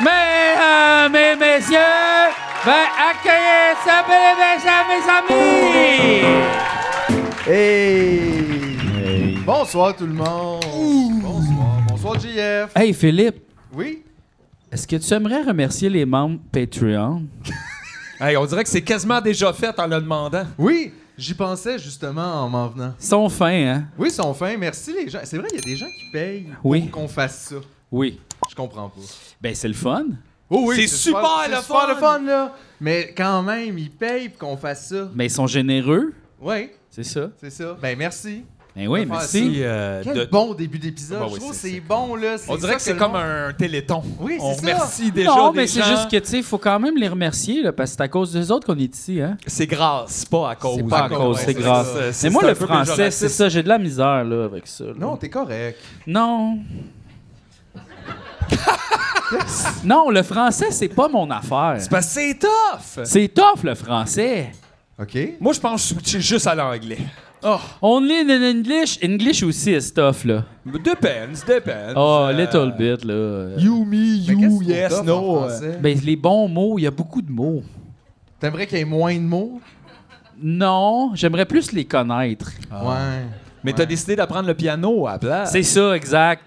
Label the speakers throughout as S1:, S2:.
S1: Mesdames et messieurs, ben accueillez Samuel Béja, mes amis!
S2: Hey! Bonsoir tout le monde! Bonsoir, bonsoir JF!
S1: Hey Philippe,
S2: Oui?
S1: est-ce que tu aimerais remercier les membres Patreon?
S3: Hey, on dirait que c'est quasiment déjà fait en le demandant.
S2: Oui! J'y pensais justement en m'en venant.
S1: Ils sont fins, hein?
S2: Oui, ils sont fins, merci les gens. C'est vrai, il y a des gens qui payent
S1: Oui.
S2: pour qu'on fasse ça.
S1: Oui.
S2: Je comprends pas.
S1: Ben c'est le fun.
S2: Oh oui,
S3: C'est super
S2: c'est
S3: le
S2: super
S3: fun!
S2: le fun là! Mais quand même, ils payent pour qu'on fasse ça.
S1: Mais Ben, ils sont généreux.
S2: Oui,
S1: C'est ça.
S2: c'est ça. Ben merci.
S1: Ben oui,
S2: On va faire
S1: merci.
S3: Et, euh,
S2: Quel
S3: de-
S2: bon début d'épisode.
S3: Ah bah
S2: je
S3: oui,
S2: trouve que
S3: c'est-
S2: c'est
S3: c'est-
S2: bon là.
S3: On dirait
S2: ça
S3: que c'est
S2: le
S3: comme
S2: monde-
S3: un téléthon.
S2: Oui,
S3: on
S2: c'est ça.
S3: remercie déjà
S1: non,
S3: des
S1: mais c'est
S3: gens.
S1: juste que, tu sais, il faut quand même les remercier, là, parce que c'est à cause d'eux autres qu'on est ici, hein?
S3: C'est grâce, pas à cause.
S2: pas à cause,
S1: Oh,
S2: Ouais,
S1: c'est
S2: c'est
S1: grave.
S2: ça.
S1: Mais
S3: c'est-
S1: moi,
S3: c'est
S1: le
S3: un peu
S1: français,
S3: péjoratif.
S1: c'est ça, j'ai de la misère, là, avec ça. là.
S2: Non, t'es correct.
S1: Non. non, le français, c'est pas mon affaire.
S3: C'est parce que c'est tough.
S1: C'est tough, le français.
S2: OK?
S3: Moi, je pense que je suis switché juste à l'anglais.
S1: Ah.
S3: Oh,
S1: Only in English. English aussi is tough, là.
S3: Oh, depends, depends.
S1: Oh,
S3: Euh,
S1: little bit, là.
S3: You, me,
S2: Mais qu'est-ce
S3: you,
S2: qu'on
S3: yes,
S2: t'offre en
S3: no. euh,
S2: français?
S1: Ben, les bons mots, il y a beaucoup de mots.
S2: T'aimerais qu'il y ait moins de mots?
S1: Non, j'aimerais plus les connaître.
S3: Ah.
S2: Ouais.
S3: Mais t'as décidé d'apprendre le piano à la place.
S1: C'est ça, exact.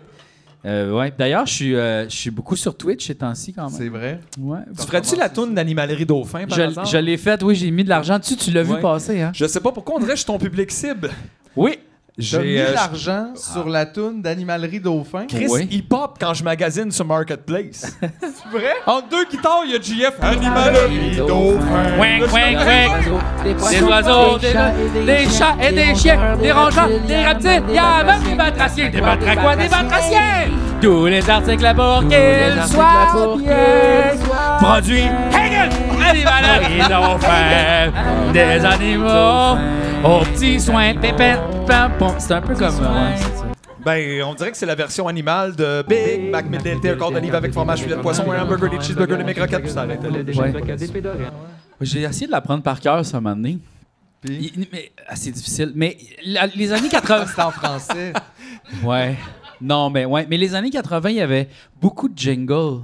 S1: Euh, ouais. D'ailleurs, je suis, euh, je suis beaucoup sur Twitch ces temps-ci quand même.
S2: C'est vrai.
S1: Ouais.
S3: Tu ferais-tu la toune d'animalerie dauphin, par
S1: Je,
S3: hasard?
S1: je l'ai faite, oui, j'ai mis de l'argent dessus, tu l'as vu
S3: Ouais.
S1: passer, hein?
S3: Je sais pas pourquoi, on dirait que je suis ton public cible.
S1: Oui.
S2: T'as mis
S3: euh, je-
S2: l'argent sur la toune d'animalerie dauphin.
S3: Chris,
S1: Oui.
S3: il pop quand je magasine sur Marketplace.
S2: C'est vrai?
S3: Entre deux guitares, il y a GF Animalerie Dauphin.
S1: Ouin, ouin, ouin. Des
S4: Des
S1: oiseaux, des, des chats et des chiens, des rongeurs, des reptiles, il y a même des batraciers, des batraquois, des batraciens. Tous les articles pour qu'ils soient bien produits. Hegel, animalerie dauphin, des animaux, aux petits soins, pépin, pam, pom. C'est un peu comme euh, ouais, c'est ça.
S3: Ben, on dirait que c'est la version animale de Big Mac McDelty, un corps d'olive avec fromage, filet de poisson, un hamburger, des cheeseburgers, des mecs roquettes, puis ça arrête. là.
S1: J'ai essayé de l'apprendre par cœur ce moment donné.
S2: Puis,
S1: Il- mais, ah, c'est difficile. Mais la- les années 80.
S2: c'est en français.
S1: Ouais. Non, mais ouais. Mais les années 80, il y avait beaucoup de jingles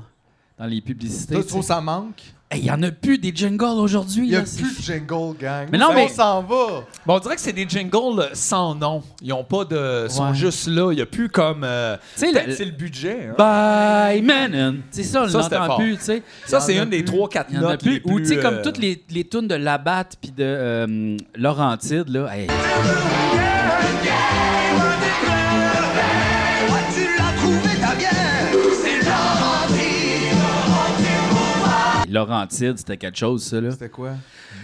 S1: dans les publicités.
S2: Toi, tu
S1: tu
S2: trouves
S1: sais.
S2: ça manque?
S1: Hey, il y en a plus des jingles aujourd'hui.
S2: Il n'y a
S1: là, c'est-
S2: plus de jingle, gang.
S1: Mais non,
S2: Ça,
S1: mais-
S2: On s'en va.
S3: Bon, on dirait que c'est des jingles sans nom. Ils ont pas de. sont
S1: Ouais.
S3: juste là. Il y a plus comme. euh,
S1: Tu sais,
S3: peut-être
S1: le- Ben,
S3: c'est le budget. hein.
S1: Bye, Manon. C'est ça, on
S3: Ça, c'était
S1: l'entend
S3: fort.
S1: plus, tu sais.
S3: ça, c'est
S1: Il y en a
S3: une des
S1: plus.
S3: trois, quatre
S1: Il y en a
S3: notes. les
S1: plus. Ou, tu sais, comme
S3: euh,
S1: toutes les, les tunes de Labatt puis de euh, Laurentide, là. Hey. Laurentide, c'était quelque chose, ça, là.
S2: C'était quoi?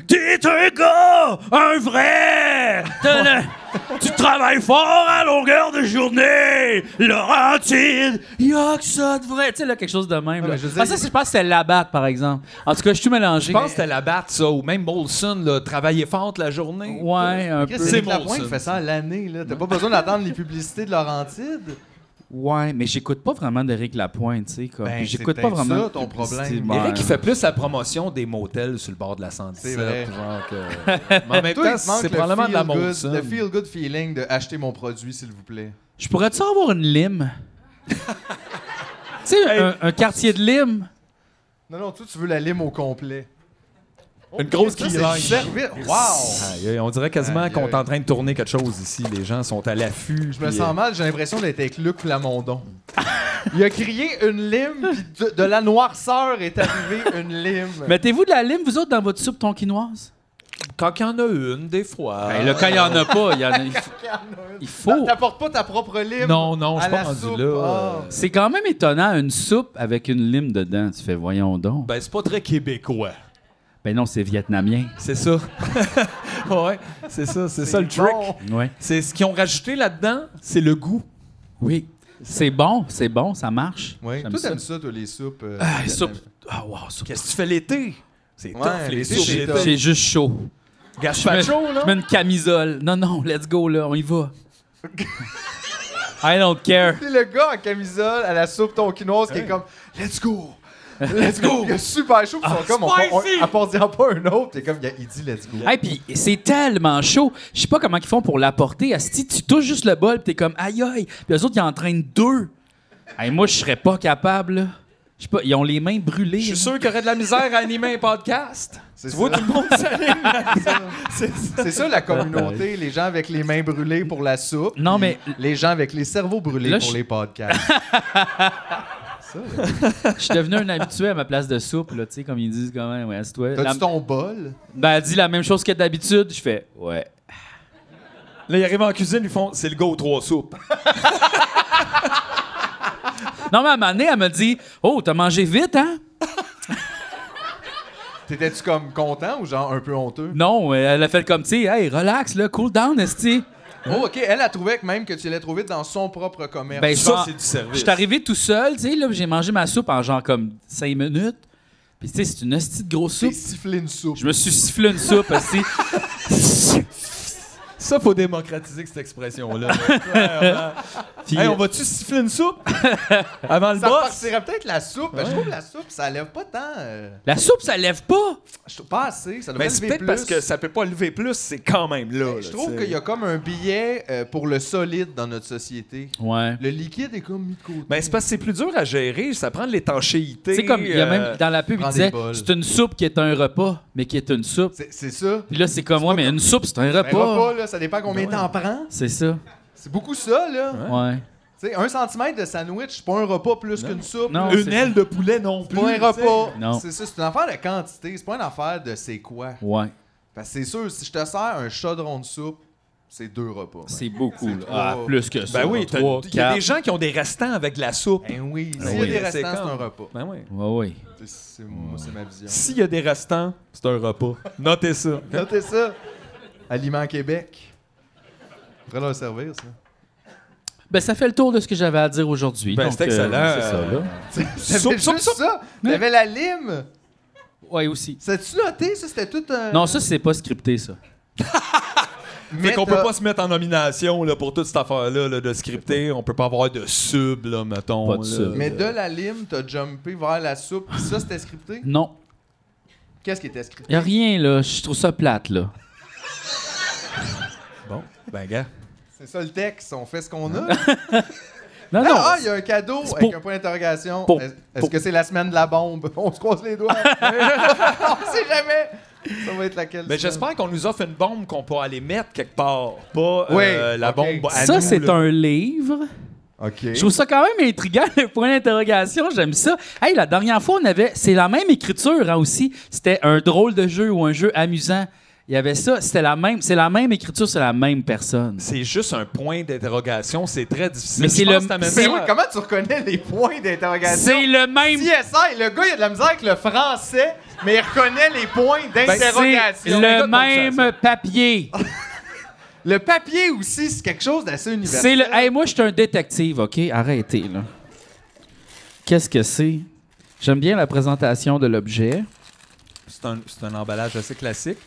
S1: T'es un gars, un vrai! T'as le- tu travailles fort à longueur de journée! Laurentide! Y'a que ça de vrai! Tu sais, là, quelque chose de même. là.
S2: Ah, mais je veux
S1: Ah,
S2: dire-
S1: ça, c'est- je pense que c'est la batte, par exemple. En tout cas, je suis tout mélangé.
S3: Je pense que c'était la batte, ça, ou même Molson, là, travailler fort toute la journée.
S1: Ouais, un
S2: Chris,
S1: peu.
S2: c'est
S3: C'est
S2: Nick
S3: bon,
S2: Lapointe
S3: ça.
S2: qui fait ça à l'année. là. T'as pas besoin d'attendre les publicités de Laurentide.
S1: Ouais, mais j'écoute pas vraiment d'Éric Lapointe, tu sais. comme.
S2: Ben,
S1: Puis
S2: c'est
S1: j'écoute pas
S2: peut-être
S1: vraiment.
S2: ça, ton problème.
S1: Ouais.
S3: Eric, il fait plus la promotion des motels sur le bord de la 117.
S2: Ben, C'est vrai.
S3: genre que- Mais en
S2: Toi,
S3: même
S2: il
S3: temps,
S2: te manque
S3: c'est
S2: le
S3: probablement de la
S2: feel good-
S3: Molson.
S2: Le feel good feeling de acheter mon produit, s'il vous plaît.
S1: Je pourrais-tu avoir une lime? tu sais, un, un quartier de lime?
S2: Non, non, toi, tu veux la lime au complet.
S3: Une grosse
S2: Ça, c'est
S3: keyline.
S2: du service. Wow!
S3: Aïe, aïe, on dirait quasiment
S2: Aïe, aïe.
S3: qu'on est en train de tourner quelque chose ici. Les gens sont à l'affût.
S2: Je me
S3: puis, euh,
S2: sens mal, j'ai l'impression d'être avec Luc Plamondon. Il a crié une lime, puis de, de la noirceur est arrivée une lime.
S1: Mettez-vous de la lime, vous autres, dans votre soupe tonquinoise?
S3: euh, Quand il y en a une, des fois. euh,
S1: Ben, là, quand il y en a pas, il y en a- il faut- il faut.
S2: T'apportes pas ta propre lime.
S3: Non, non, je
S2: à
S3: suis pas
S2: la
S3: rendu
S2: soupe.
S3: là. euh,
S2: Ah.
S1: C'est quand même étonnant, une soupe avec une lime dedans. Tu fais, voyons donc.
S3: Ben, c'est pas très québécois.
S1: Ben non, c'est vietnamien.
S3: C'est ça. ouais, c'est ça, c'est ça le
S2: bon.
S3: trick.
S1: Ouais.
S3: C'est ce qu'ils ont rajouté là-dedans, c'est le goût.
S1: Oui. C'est bon, c'est bon, ça marche.
S2: Oui.
S1: J'aime
S2: Toi,
S1: ça.
S2: t'aimes ça, toi, les soupes. euh,
S1: Ah, soupe. Ah, wow, soupe.
S3: Qu'est-ce que tu fais l'été? C'est
S2: Ouais,
S3: tough, les
S2: l'été,
S3: soupes.
S2: c'est
S3: l'été.
S2: tough.
S1: J'ai juste chaud.
S3: Gazpacho,
S1: je
S3: là?
S1: mets une camisole. Non, non, let's go, là, on y va. I don't care.
S2: C'est le gars en camisole à la soupe tonquinoise qui est comme Let's go! Let's go! Il est super chaud, pis ils sont comme on, on,
S3: Ah, spicy!
S2: à part dire pas un autre, t'es comme il, il dit let's go.
S1: Hey, puis c'est tellement chaud. Je sais pas comment ils font pour l'apporter. Asti, tu touches juste le bol, pis t'es comme aïe aïe. Puis eux autres, ils entraînent deux. Hey, moi, je serais pas capable, là. Je sais pas, ils ont les mains brûlées.
S3: Je suis sûr qu'il y aurait de la misère à animer un podcast.
S2: C'est
S3: Tu
S2: ça.
S3: vois, tout le monde s'aligne là-dedans. C'est ça.
S2: C'est ça la communauté, les gens avec les mains brûlées pour la soupe.
S1: Non, mais-
S2: Les gens avec les cerveaux brûlés
S1: Là,
S2: pour
S1: je-
S2: les podcasts. Ça, là.
S1: Je suis devenu un habitué à ma place de soupe, là, tu sais, comme ils disent quand même. Ouais, assieds-toi. La-
S2: T'as-tu ton bol?
S1: Ben, elle dit la même chose que d'habitude. Je fais, ouais.
S3: Là, ils arrivent en cuisine, ils font c'est le gars aux trois soupes.
S1: Non, mais à un moment donné, elle me dit, oh, t'as mangé vite, hein?
S2: T'étais-tu comme content ou genre un peu honteux?
S1: Non, elle a fait comme, tu sais, hey, relax, là, cool down, esti.
S2: Oh, ok, elle a trouvé que même que tu l'as trouvé dans son propre commerce.
S1: Ben,
S3: Ça,
S1: je-
S3: c'est du service.
S1: Je suis arrivé tout seul, tu sais, là, j'ai mangé ma soupe en genre comme 5 minutes. Puis, tu sais, c'est une hostie de grosse
S2: T'es
S1: soupe.
S2: sifflé une soupe.
S1: Je me suis sifflé une soupe, aussi.
S3: Ça, faut démocratiser cette expression-là. Clairement. Hey, on va-tu siffler une soupe avant le
S2: Ça
S3: boss?
S2: partirait peut-être la soupe. mais Je trouve la soupe, ça lève pas tant. euh,
S1: La soupe, ça lève pas.
S2: je trouve pas assez. Ça devrait
S3: Mais Ben, c'est
S2: lever
S3: peut-être
S2: plus. Ben,
S3: parce que ça peut pas lever plus, c'est quand même là. là,
S2: Je trouve
S3: tu sais.
S2: qu'il y a comme un billet euh, pour le solide dans notre société.
S1: Ouais.
S2: Le liquide est comme mis de côté.
S3: Ben, c'est parce que c'est plus dur à gérer, ça prend de l'étanchéité.
S1: Tu sais, comme, il y a
S3: euh,
S1: même dans la pub, il
S2: prends des
S1: disait,
S2: bols.
S1: c'est une soupe qui est un repas, mais qui est une soupe.
S2: C'est c'est ça.
S1: Puis là, c'est comme, ouais, mais une soupe, c'est un
S2: Ben, repas,
S1: repas.
S2: là, ça dépend combien
S3: Ben,
S2: t'en prends.
S1: C'est ça.
S2: C'est beaucoup ça, là.
S1: Ouais.
S2: Tu sais, un centimètre de sandwich, c'est pas un repas plus qu'une soupe.
S1: Non,
S3: Une
S1: c'est-
S3: aile de poulet non
S2: C'est
S3: plus.
S2: pas un
S3: tu sais.
S2: repas.
S1: Non.
S2: C'est ça, c'est une affaire de quantité. C'est pas une affaire de c'est quoi.
S1: Ouais.
S2: Parce que c'est sûr, si je te sers un chaudron de soupe, c'est deux repas. man.
S1: C'est beaucoup, là.
S2: trop.
S1: Ah, plus que ça.
S3: Ben oui, t'as-
S1: Trois,
S3: il y a des
S1: quatre.
S3: gens qui ont des restants avec de la soupe.
S2: Ben oui, s'il
S1: oui.
S2: y a des
S3: C'est
S2: restants, c'est
S3: comme-
S2: un repas.
S3: Ben oui.
S1: Ouais, oui.
S2: C'est- C'est moi, c'est ma vision.
S3: S'il y a des restants, c'est un repas. Notez ça.
S2: Notez ça. Aliment Québec. Faudrait leur servir, ça.
S1: Ben, ça fait le tour de ce que j'avais à dire aujourd'hui.
S3: Ben,
S1: donc,
S3: c'est excellent.
S1: euh, c'est ça, là.
S2: T'avais
S3: Soupe, soupe,
S2: juste
S3: soupe.
S2: ça. T'avais la lime.
S1: Ouais, aussi.
S2: C'était-tu noté, ça? C'était tout un...
S1: Non, ça, c'est pas scripté, ça.
S3: Fait
S2: mais
S3: qu'on peut
S2: t'as-
S3: pas se mettre en nomination là, pour toute cette affaire-là là, de scripter. On peut pas avoir de sub, là, mettons.
S1: Pas de
S3: là.
S1: sub.
S2: Mais de la lime, t'as jumpé vers la soupe. pis Ça, c'était scripté?
S1: Non.
S2: Qu'est-ce qui était scripté?
S1: Y a rien, là. Je trouve ça plate, là.
S3: Bon, ben gars.
S2: C'est ça le texte. On fait ce qu'on a.
S1: Non, non.
S2: Ah, il y a un cadeau
S1: C'est
S2: avec
S1: pour-
S2: un point d'interrogation.
S1: pour-
S2: Est-ce est-ce
S1: pour-
S2: que c'est la semaine de la bombe? On se croise les doigts. On sait jamais. Ça va être laquelle.
S3: Mais
S2: semaine.
S3: j'espère qu'on nous offre une bombe qu'on peut aller mettre quelque part. Pas
S2: Oui,
S3: euh, la
S2: ok.
S3: bombe à
S1: ça,
S3: nous,
S1: c'est
S3: là.
S1: un livre.
S2: OK.
S1: Je trouve ça quand même intriguant, le point d'interrogation. J'aime ça. Hey, la dernière fois, on avait. C'est la même écriture hein, aussi. C'était un drôle de jeu ou un jeu amusant. Il y avait ça. C'était la même. C'est la même écriture, c'est la même personne.
S3: C'est juste un point d'interrogation. C'est très difficile.
S1: Mais
S3: Je
S1: c'est
S3: pense
S1: le-
S3: que t'amènes
S2: Mais
S1: c'est-
S3: ça-
S2: oui, comment tu reconnais les points d'interrogation?
S1: C'est le même.
S2: CSI, le gars, il a de la misère avec le français, mais il reconnaît les points
S1: Ben, C'est
S2: d'interrogation.
S1: le
S3: Interrogation.
S1: même
S3: Ah,
S1: papier.
S2: le... papier aussi, c'est quelque chose d'assez universel.
S1: C'est le. Hey, moi, je suis un détective, OK? Arrêtez, là. Qu'est-ce que c'est? J'aime bien la présentation de l'objet.
S3: C'est un, c'est un emballage assez classique.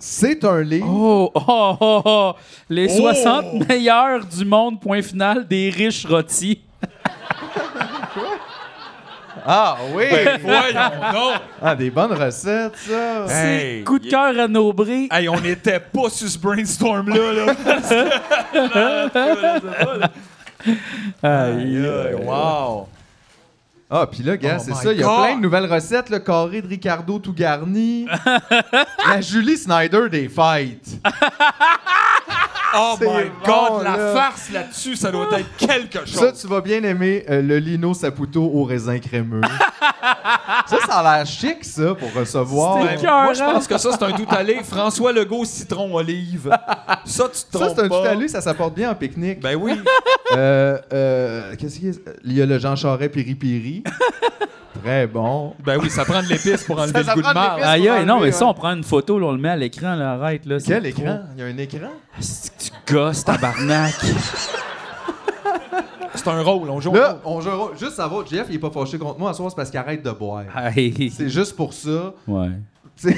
S2: C'est un livre.
S1: Oh, oh, oh, oh! Les
S3: Oh!
S1: 60 meilleurs du monde, point final, des riches rôtis. Oh.
S2: Ah oui!
S3: Ben, voyons donc!
S2: Ah, des bonnes recettes, ça!
S3: Hey,
S1: c'est coup de
S3: yeah.
S1: cœur à Nobré.
S3: Hey, on n'était pas sur ce brainstorm-là. Là. Aïe, aïe, wow!
S2: Ah, puis là, gars,
S3: Oh
S2: c'est
S3: my
S2: ça, il y a
S3: God.
S2: plein de nouvelles recettes, le carré de Ricardo tout garni. la Julie Snyder des fêtes.
S3: Oh
S2: C'est
S3: my
S2: bon,
S3: god, la
S2: là.
S3: farce là-dessus, ça doit être quelque
S2: Ça,
S3: chose.
S2: tu vas bien aimer euh, le lino saputo au raisin crémeux. ça, ça a l'air chic, ça, pour recevoir.
S1: C'est
S3: Ouais,
S1: cœur,
S3: moi, je
S1: hein?
S3: pense que ça, c'est un tout aller. François Legault, citron, olive. Ça, tu te
S2: Ça,
S3: trompes
S2: c'est un tout
S3: pas.
S2: allé, ça s'apporte bien en pique-nique.
S3: Ben oui.
S2: Euh, euh, Qu'est-ce qu'il y a? Il y a le Jean Charest piri-piri. Très bon.
S3: Ben oui, ça prend de l'épice pour enlever
S2: Ça, ça
S3: le goût
S2: prend
S3: de
S2: de
S3: marre.
S2: l'épice.
S1: Aïe, aïe, non,
S2: enlever,
S1: mais ça,
S2: ouais.
S1: on prend une photo, là, on le met à l'écran, là, arrête, là. c'est
S2: Quel
S1: trop.
S2: écran? Il y a un écran?
S1: C'est que tu gosses, tabarnak.
S3: C'est un rôle, on joue. un
S2: Là,
S3: rôle.
S2: on jouera. Juste ça va, Jeff, il est pas fâché contre moi à soir, c'est parce qu'il arrête de boire.
S1: Aïe.
S2: C'est juste pour ça.
S1: Ouais.
S2: C'est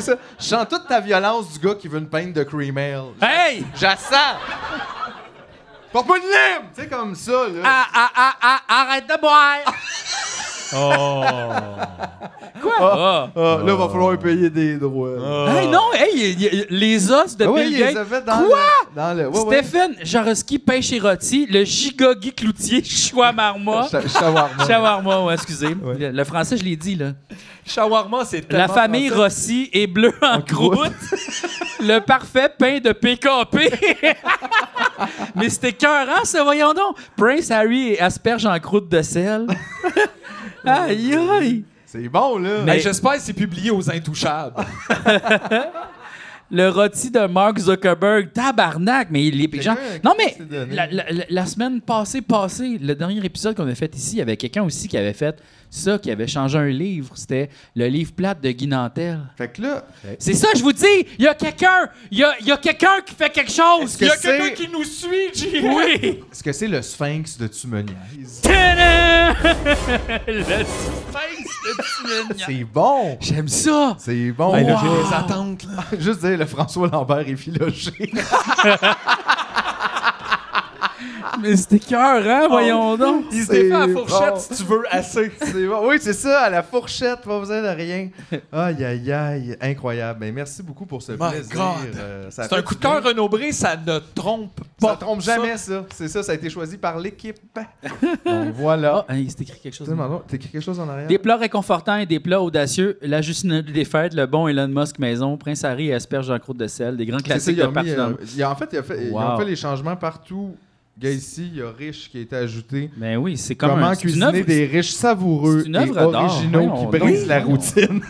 S2: ça. Je sens toute ta violence du gars qui veut une peinte de cream ale.
S1: Hey!
S2: Je la sens. Porte-moi une lime! Tu sais, comme ça, là.
S1: Ah, ah, ah, ah, arrête de boire!
S3: Oh.
S1: Quoi?
S2: Ah, là, va falloir payer des droits.
S1: Hey, non, hey, il- il- les os de
S2: Ah oui,
S1: Ah. Bill
S2: il
S1: Gates.
S2: les avait dans
S1: Quoi?
S2: le- dans le- ouais, ouais.
S1: Stéphane Jaroski, pêche et rôti, le giga Guy Cloutier, Chouamarma.
S2: Cha- shawarma.
S1: Shawarma, ouais, excusez.
S2: Ah, Ouais.
S1: Le, le français, je l'ai dit, là.
S3: Shawarma, c'est
S1: La
S3: tellement
S1: famille
S3: français.
S1: Rossi est bleue en
S2: croûte.
S1: croûte. le parfait pain de PKP. Mais c'était cœurant, ça, voyons donc. Prince Harry et asperge en croûte de sel. aïe, aïe.
S2: C'est bon, là.
S1: Mais-
S3: Hey, J'espère que c'est publié aux Intouchables.
S1: Le rôti de Mark Zuckerberg, tabarnak, mais il est gens.
S2: Quelqu'un,
S1: Non
S2: qu'est-ce
S1: mais
S2: que c'est donné?
S1: la, la- la- la semaine passée, passée, le dernier épisode qu'on a fait ici, il y avait quelqu'un aussi qui avait fait ça, qui avait changé un livre. C'était le livre plate de Guy Nantel.
S2: Fait que là,
S1: C'est ça, je vous dis, il y a quelqu'un, il y a, il y a quelqu'un qui fait quelque chose.
S2: Est-ce que
S1: Il y a
S2: c'est-
S1: quelqu'un qui nous suit, J. Oui.
S2: est-ce que c'est le sphinx de Tumoniaise?
S1: Tadam!
S2: C'est bon!
S1: J'aime ça.
S2: C'est bon!
S3: Hey, là,
S2: Wow.
S3: J'ai des attentes. là.
S2: Juste dire, le François Lambert est filoché.
S1: Mais c'était cœur, hein, voyons donc.
S3: Il se
S2: C'est
S3: défait à la fourchette
S2: bon.
S3: si tu veux assez.
S2: C'est bon. Oui, c'est ça, à la fourchette, pas besoin de rien. Aïe, aïe, aïe, incroyable. Ben, merci beaucoup pour ce plaisir.
S3: God.
S2: Euh, ça
S3: C'est
S2: fait
S3: un
S2: du
S3: coup de
S2: bien.
S3: cœur renombré, ça ne trompe pas.
S2: Ça trompe jamais, ça. C'est ça, ça a été choisi par l'équipe. Donc,
S1: Ah,
S2: voilà.
S1: hein, il s'est écrit quelque chose.
S2: Tellement long. T'as écrit quelque chose en arrière?
S1: Des plats réconfortants et des plats audacieux, la Justine des fêtes, le bon Elon Musk maison, Prince Harry et asperges en croûte de sel, des grands
S2: C'est ça,
S1: classiques
S2: ils
S1: de
S2: ont mis,
S1: partout dans le
S2: euh, il a- En fait, il a fait- ils ont
S1: Wow.
S2: fait les changements partout. Gars, ici, il y a Rich qui a été ajouté.
S1: Ben oui, c'est comme
S2: Comment
S1: un, c'est une
S2: cuisiner
S1: œuvre-
S2: des riches savoureux
S1: c'est
S2: et
S1: une œuvre d'art.
S2: originaux
S1: Voyons
S2: qui brisent
S1: donc.
S2: la routine.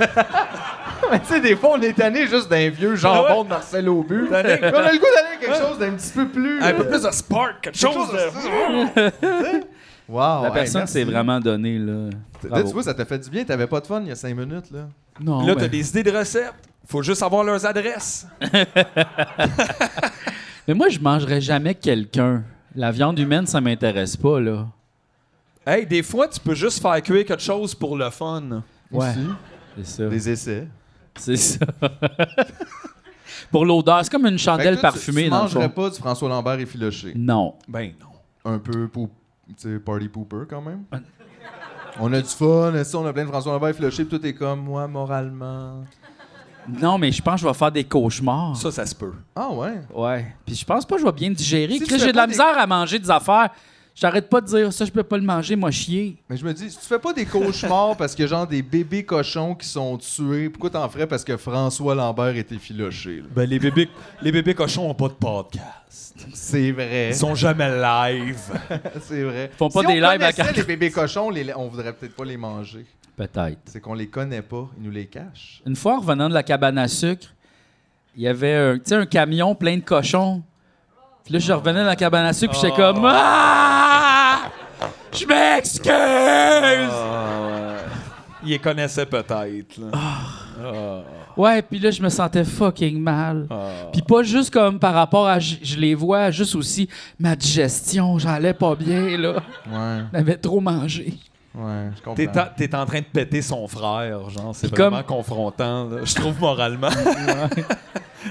S2: Mais tu sais, des fois, on est tanné juste d'un vieux jambon de Marcel Aubu. on a
S3: Ah Tanné.
S2: le goût d'aller à quelque chose d'un petit peu plus...
S3: Un
S2: euh,
S3: peu plus de spark, quelque
S2: quelque
S3: chose.
S2: chose
S3: de-
S2: de- Tu sais? Wow,
S1: La
S2: hey,
S1: personne
S2: Ah, merci.
S1: s'est vraiment donnée, là.
S2: Là,
S1: Bravo.
S2: tu vois, ça t'a fait du bien. T'avais pas de fun il y a cinq minutes, là.
S1: Non,
S3: Là,
S1: ben-
S3: t'as des idées de recettes. Faut juste avoir leurs adresses.
S1: Mais moi, je mangerais jamais quelqu'un. La viande humaine, ça m'intéresse pas, là.
S3: Hey, des fois, tu peux juste faire cuire quelque chose pour le fun.
S1: Ouais.
S2: Aussi.
S1: C'est ça.
S2: Des essais.
S1: C'est ça. Pour l'odeur, c'est comme une
S2: Fait que
S1: chandelle
S2: toi, tu-
S1: parfumée,
S2: tu
S1: dans le
S2: mangerais
S1: fond.
S2: pas du François Lambert effiloché.
S1: Non.
S3: Ben non.
S2: un peu pou- tu sais, party pooper quand même. On a du fun, si on a plein de François Lambert flushé, puis tout est comme moi moralement.
S1: Non, mais je pense que je vais faire des cauchemars.
S3: Ça, ça se peut.
S2: Ah ouais.
S1: Ouais. Puis je pense pas que je vais bien digérer.
S2: Si tu
S1: Chris,
S2: fais
S1: j'ai de
S2: pas
S1: la
S2: des-
S1: misère à manger des affaires. J'arrête pas de dire ça, je peux pas le manger, moi, chier.
S2: Mais je me dis, si tu fais pas des cauchemars parce que genre des bébés cochons qui sont tués, pourquoi t'en ferais parce que François Lambert était filoché? là?
S3: Ben, les bébés, les bébés cochons ont pas de podcast.
S2: C'est vrai.
S3: Ils sont jamais live.
S2: C'est vrai.
S1: Font pas
S2: si
S1: des
S2: on
S1: lives à
S2: connaissait
S1: quatre-
S2: les bébés cochons, les- on voudrait peut-être pas les manger.
S1: Peut-être.
S2: C'est qu'on les connaît pas, ils nous les cachent.
S1: Une fois, en revenant de la cabane à sucre, il y avait un, tu sais, un camion plein de cochons. Puis là, je revenais de la cabane à sucre, puis j'étais comme Ah! Je m'excuse!
S3: Ah, Ils les connaissaient peut-être. là.
S1: Ouais, puis là, je me sentais fucking mal.
S3: Ah.
S1: Puis pas juste comme par rapport à je je les vois, juste aussi ma digestion, j'allais pas bien, là.
S2: Ouais,
S1: J'avais trop mangé.
S2: ouais, je comprends.
S3: T'es en- T'es en train de péter son frère, genre. C'est
S1: Puis comme-
S3: vraiment confrontant, là. je trouve, moralement.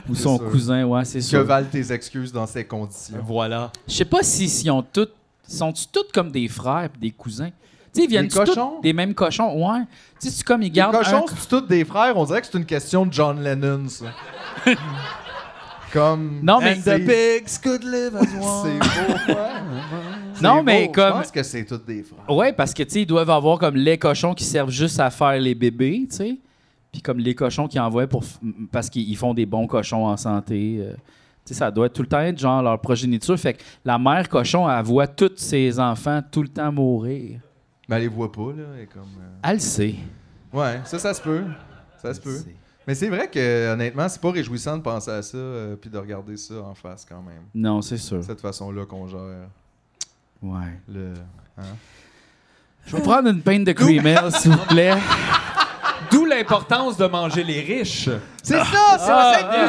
S1: Ou son
S2: sûr.
S1: cousin, ouais, c'est
S2: Que
S1: sûr.
S2: valent tes excuses dans ces conditions?
S3: voilà.
S1: Je sais pas si, si ont toutes. Sont-ils tous comme des frères pis des cousins? Tu sais, ils viennent tous
S2: cochons?
S1: des mêmes cochons, ouais. Tu sais, c'est comme ils
S2: Les
S1: gardent.
S2: cochons,
S1: un-
S2: c'est tous des frères. On dirait que c'est une question de John Lennon, ça. comme.
S1: Non, mais.
S3: And
S2: c'est-
S3: the pigs could live as
S2: C'est
S3: one.
S2: beau, ouais. C'est
S1: Non,
S2: beau.
S1: mais
S2: Je
S1: comme-
S2: pense que c'est tous des frères.
S1: Ouais, parce que, tu sais, ils doivent avoir comme les cochons qui servent juste à faire les bébés, tu sais. Puis comme les cochons qui envoient pour. f- m- Parce qu'ils ils font des bons cochons en santé. euh. Tu sais, ça doit être tout le temps être genre leur progéniture. Fait que la mère cochon, elle voit tous ses enfants tout le temps mourir.
S2: Mais elle les voit pas, là. et comme, euh,
S1: Elle le sait.
S2: Ouais, ça, ça se peut. Ça se peut. Mais c'est vrai que, honnêtement, c'est pas réjouissant de penser à ça euh, puis de regarder ça en face, quand même.
S1: Non, c'est sûr.
S2: De cette façon-là qu'on gère
S1: Ouais.
S2: le.
S1: Je vais prendre une peine de creamel, s'il vous plaît.
S3: D'où l'importance de manger les riches.
S2: C'est ça,
S1: Ah,
S2: c'est la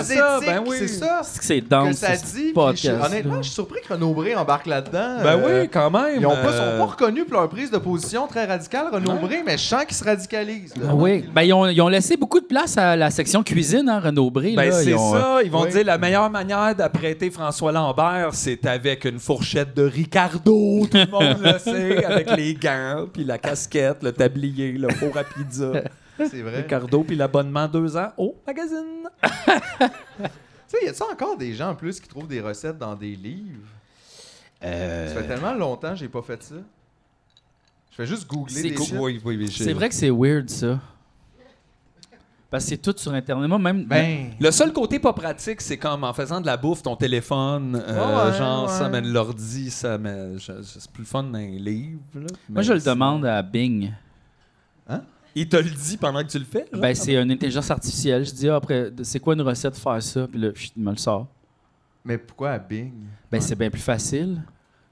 S3: ah,
S2: scène
S3: ça,
S2: plus éthique,
S3: ben oui.
S2: c'est ça.
S1: Qu'est-ce que c'est
S2: Que
S1: dense,
S2: ça
S1: ce
S2: dit. puis je-
S1: podcast.
S2: honnêtement, je suis surpris que Renaud Bré embarque là-dedans.
S3: Ben
S2: Euh,
S3: oui, quand même.
S2: Ils ont pas,
S3: euh,
S2: sont pas reconnus pour leur prise de position très radicale, Renaud Bré, mais je sens qu'ils se radicalisent. là.
S1: Oui, ben, ils, ont, ils ont laissé beaucoup de place à la section cuisine, hein, Renaud Bré.
S3: Ben,
S1: là. Ils
S3: c'est
S1: ont, euh,
S3: ça. Ils vont
S2: oui.
S3: dire la meilleure manière d'apprêter François Lambert, c'est avec une fourchette de Ricardo. Tout le monde le sait, avec les gants, puis la casquette, le tablier, le four à pizza.
S2: C'est vrai. Tu
S3: Ricardo, puis l'abonnement deux ans au magazine.
S2: sais, y a-tu encore des gens en plus qui trouvent des recettes dans des livres?
S3: Euh,
S2: Ça fait tellement longtemps que j'ai pas fait ça. Je fais juste googler
S1: C'est
S2: des
S1: cool.
S2: shit.
S3: Oui, oui, oui, j'ai-
S1: C'est vrai que c'est weird, ça. Parce que c'est tout sur Internet. Moi, même.
S2: Ben,
S3: Le seul côté pas pratique, c'est comme en faisant de la bouffe, ton téléphone, euh,
S2: Ouais, ouais,
S3: genre ça
S2: ouais.
S3: mène l'ordi, ça mène. je- C'est plus le fun d'un livre. là.
S1: moi,
S3: Mais
S1: je le
S3: c'est-
S1: demande à Bing.
S3: Il te le dit pendant que tu le fais. là?
S1: Ben, c'est une intelligence artificielle. Je dis, ah, après, c'est quoi une recette faire ça? Puis là, chut, il me le sort.
S2: mais pourquoi à Bing?
S1: Ben, c'est bien plus facile.